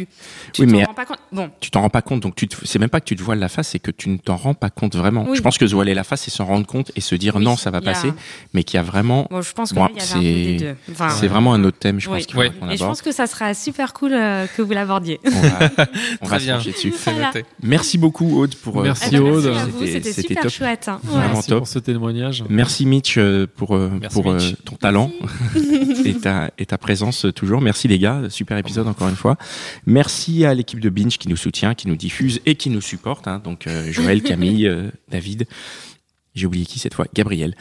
Speaker 4: tu
Speaker 1: Oui,
Speaker 4: t'en
Speaker 1: mais-
Speaker 4: rends pas compte. Bon,
Speaker 1: Tu t'en rends pas compte, donc tu te... c'est même pas que tu te voiles la face, c'est que tu ne t'en rends pas compte vraiment.
Speaker 4: Oui.
Speaker 1: Je pense que se voiler la face, c'est s'en rendre compte et se dire
Speaker 4: Oui,
Speaker 1: non, ça va
Speaker 4: il y a-
Speaker 1: passer, mais qu'il y a vraiment.
Speaker 4: bon, je pense que
Speaker 1: Bon,
Speaker 4: là, il y avait un peu des
Speaker 1: c'est-
Speaker 4: deux. Enfin,
Speaker 1: C'est vraiment un autre thème, je
Speaker 4: Oui.
Speaker 1: pense qu'il faudra
Speaker 3: Ouais.
Speaker 1: qu'on
Speaker 4: Et je
Speaker 1: aborde.
Speaker 4: pense que ça sera super cool euh, que vous l'abordiez.
Speaker 1: On va, on va
Speaker 3: [LAUGHS] Très
Speaker 1: se
Speaker 3: bien.
Speaker 1: pencher dessus.
Speaker 3: C'est
Speaker 4: Voilà.
Speaker 3: noté.
Speaker 1: Merci beaucoup, Aude, pour. euh,
Speaker 2: Merci,
Speaker 4: Eh
Speaker 1: pour-
Speaker 4: ben,
Speaker 2: Aude.
Speaker 4: merci à vous, c'était super
Speaker 1: top.
Speaker 4: chouette. hein. Ouais.
Speaker 1: Vraiment
Speaker 2: Merci
Speaker 1: top.
Speaker 2: pour ce témoignage.
Speaker 1: Merci Mitch euh, pour, euh,
Speaker 3: Merci,
Speaker 1: pour euh,
Speaker 3: Mitch.
Speaker 1: ton talent [LAUGHS] et, ta, et ta présence euh, toujours. Merci les gars, super épisode encore une fois. Merci à l'équipe de Binge qui nous soutient, qui nous diffuse et qui nous supporte. hein. donc euh, Joël, Camille, euh, David, j'ai oublié qui cette fois, Gabriel.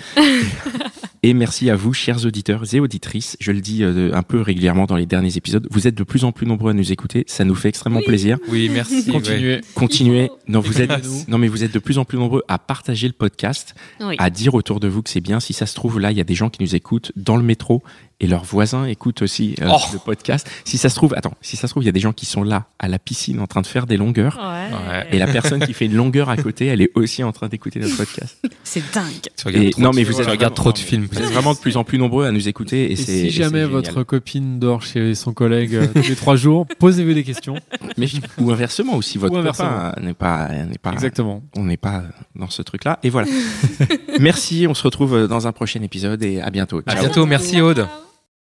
Speaker 1: Et merci à vous, chers auditeurs et auditrices. Je le dis euh, un peu régulièrement dans les derniers épisodes. Vous êtes de plus en plus nombreux à nous écouter. Ça nous fait extrêmement plaisir.
Speaker 3: Oui, merci. ouais.
Speaker 2: Continuez.
Speaker 1: Continuez. Non, vous êtes,
Speaker 2: Écoutez-nous.
Speaker 1: non, mais vous êtes de plus en plus nombreux à partager le podcast
Speaker 4: Oui.
Speaker 1: à dire autour de vous que c'est bien. Si ça se trouve, là, il y a des gens qui nous écoutent dans le métro et leurs voisins écoutent aussi euh,
Speaker 3: Oh.
Speaker 1: le podcast. Si ça se trouve, attends, si ça se trouve, il y a des gens qui sont là à la piscine en train de faire des longueurs.
Speaker 4: Ouais.
Speaker 1: Et la personne qui fait une longueur à côté, elle est aussi en train d'écouter notre podcast.
Speaker 4: C'est dingue.
Speaker 3: Tu regardes
Speaker 1: Et-
Speaker 3: trop
Speaker 1: non,
Speaker 3: de
Speaker 1: mais
Speaker 3: films.
Speaker 1: vous êtes
Speaker 3: Tu regardes
Speaker 1: vraiment-
Speaker 3: trop de films.
Speaker 1: Vous êtes vraiment de plus en plus nombreux à nous écouter et,
Speaker 2: Et
Speaker 1: c'est
Speaker 2: si
Speaker 1: et
Speaker 2: jamais
Speaker 1: c'est
Speaker 2: votre
Speaker 1: génial.
Speaker 2: copine dort chez son collègue euh, tous les trois jours, [LAUGHS] posez-vous des questions.
Speaker 1: Mais- ou inversement aussi votre
Speaker 2: Ou
Speaker 1: copain n'est pas n'est pas
Speaker 2: Exactement.
Speaker 1: on n'est pas dans ce truc là et voilà. Merci, on se retrouve euh, dans un prochain épisode et à bientôt.
Speaker 3: À
Speaker 1: Ciao.
Speaker 3: bientôt. Merci, Aude.
Speaker 4: Ciao.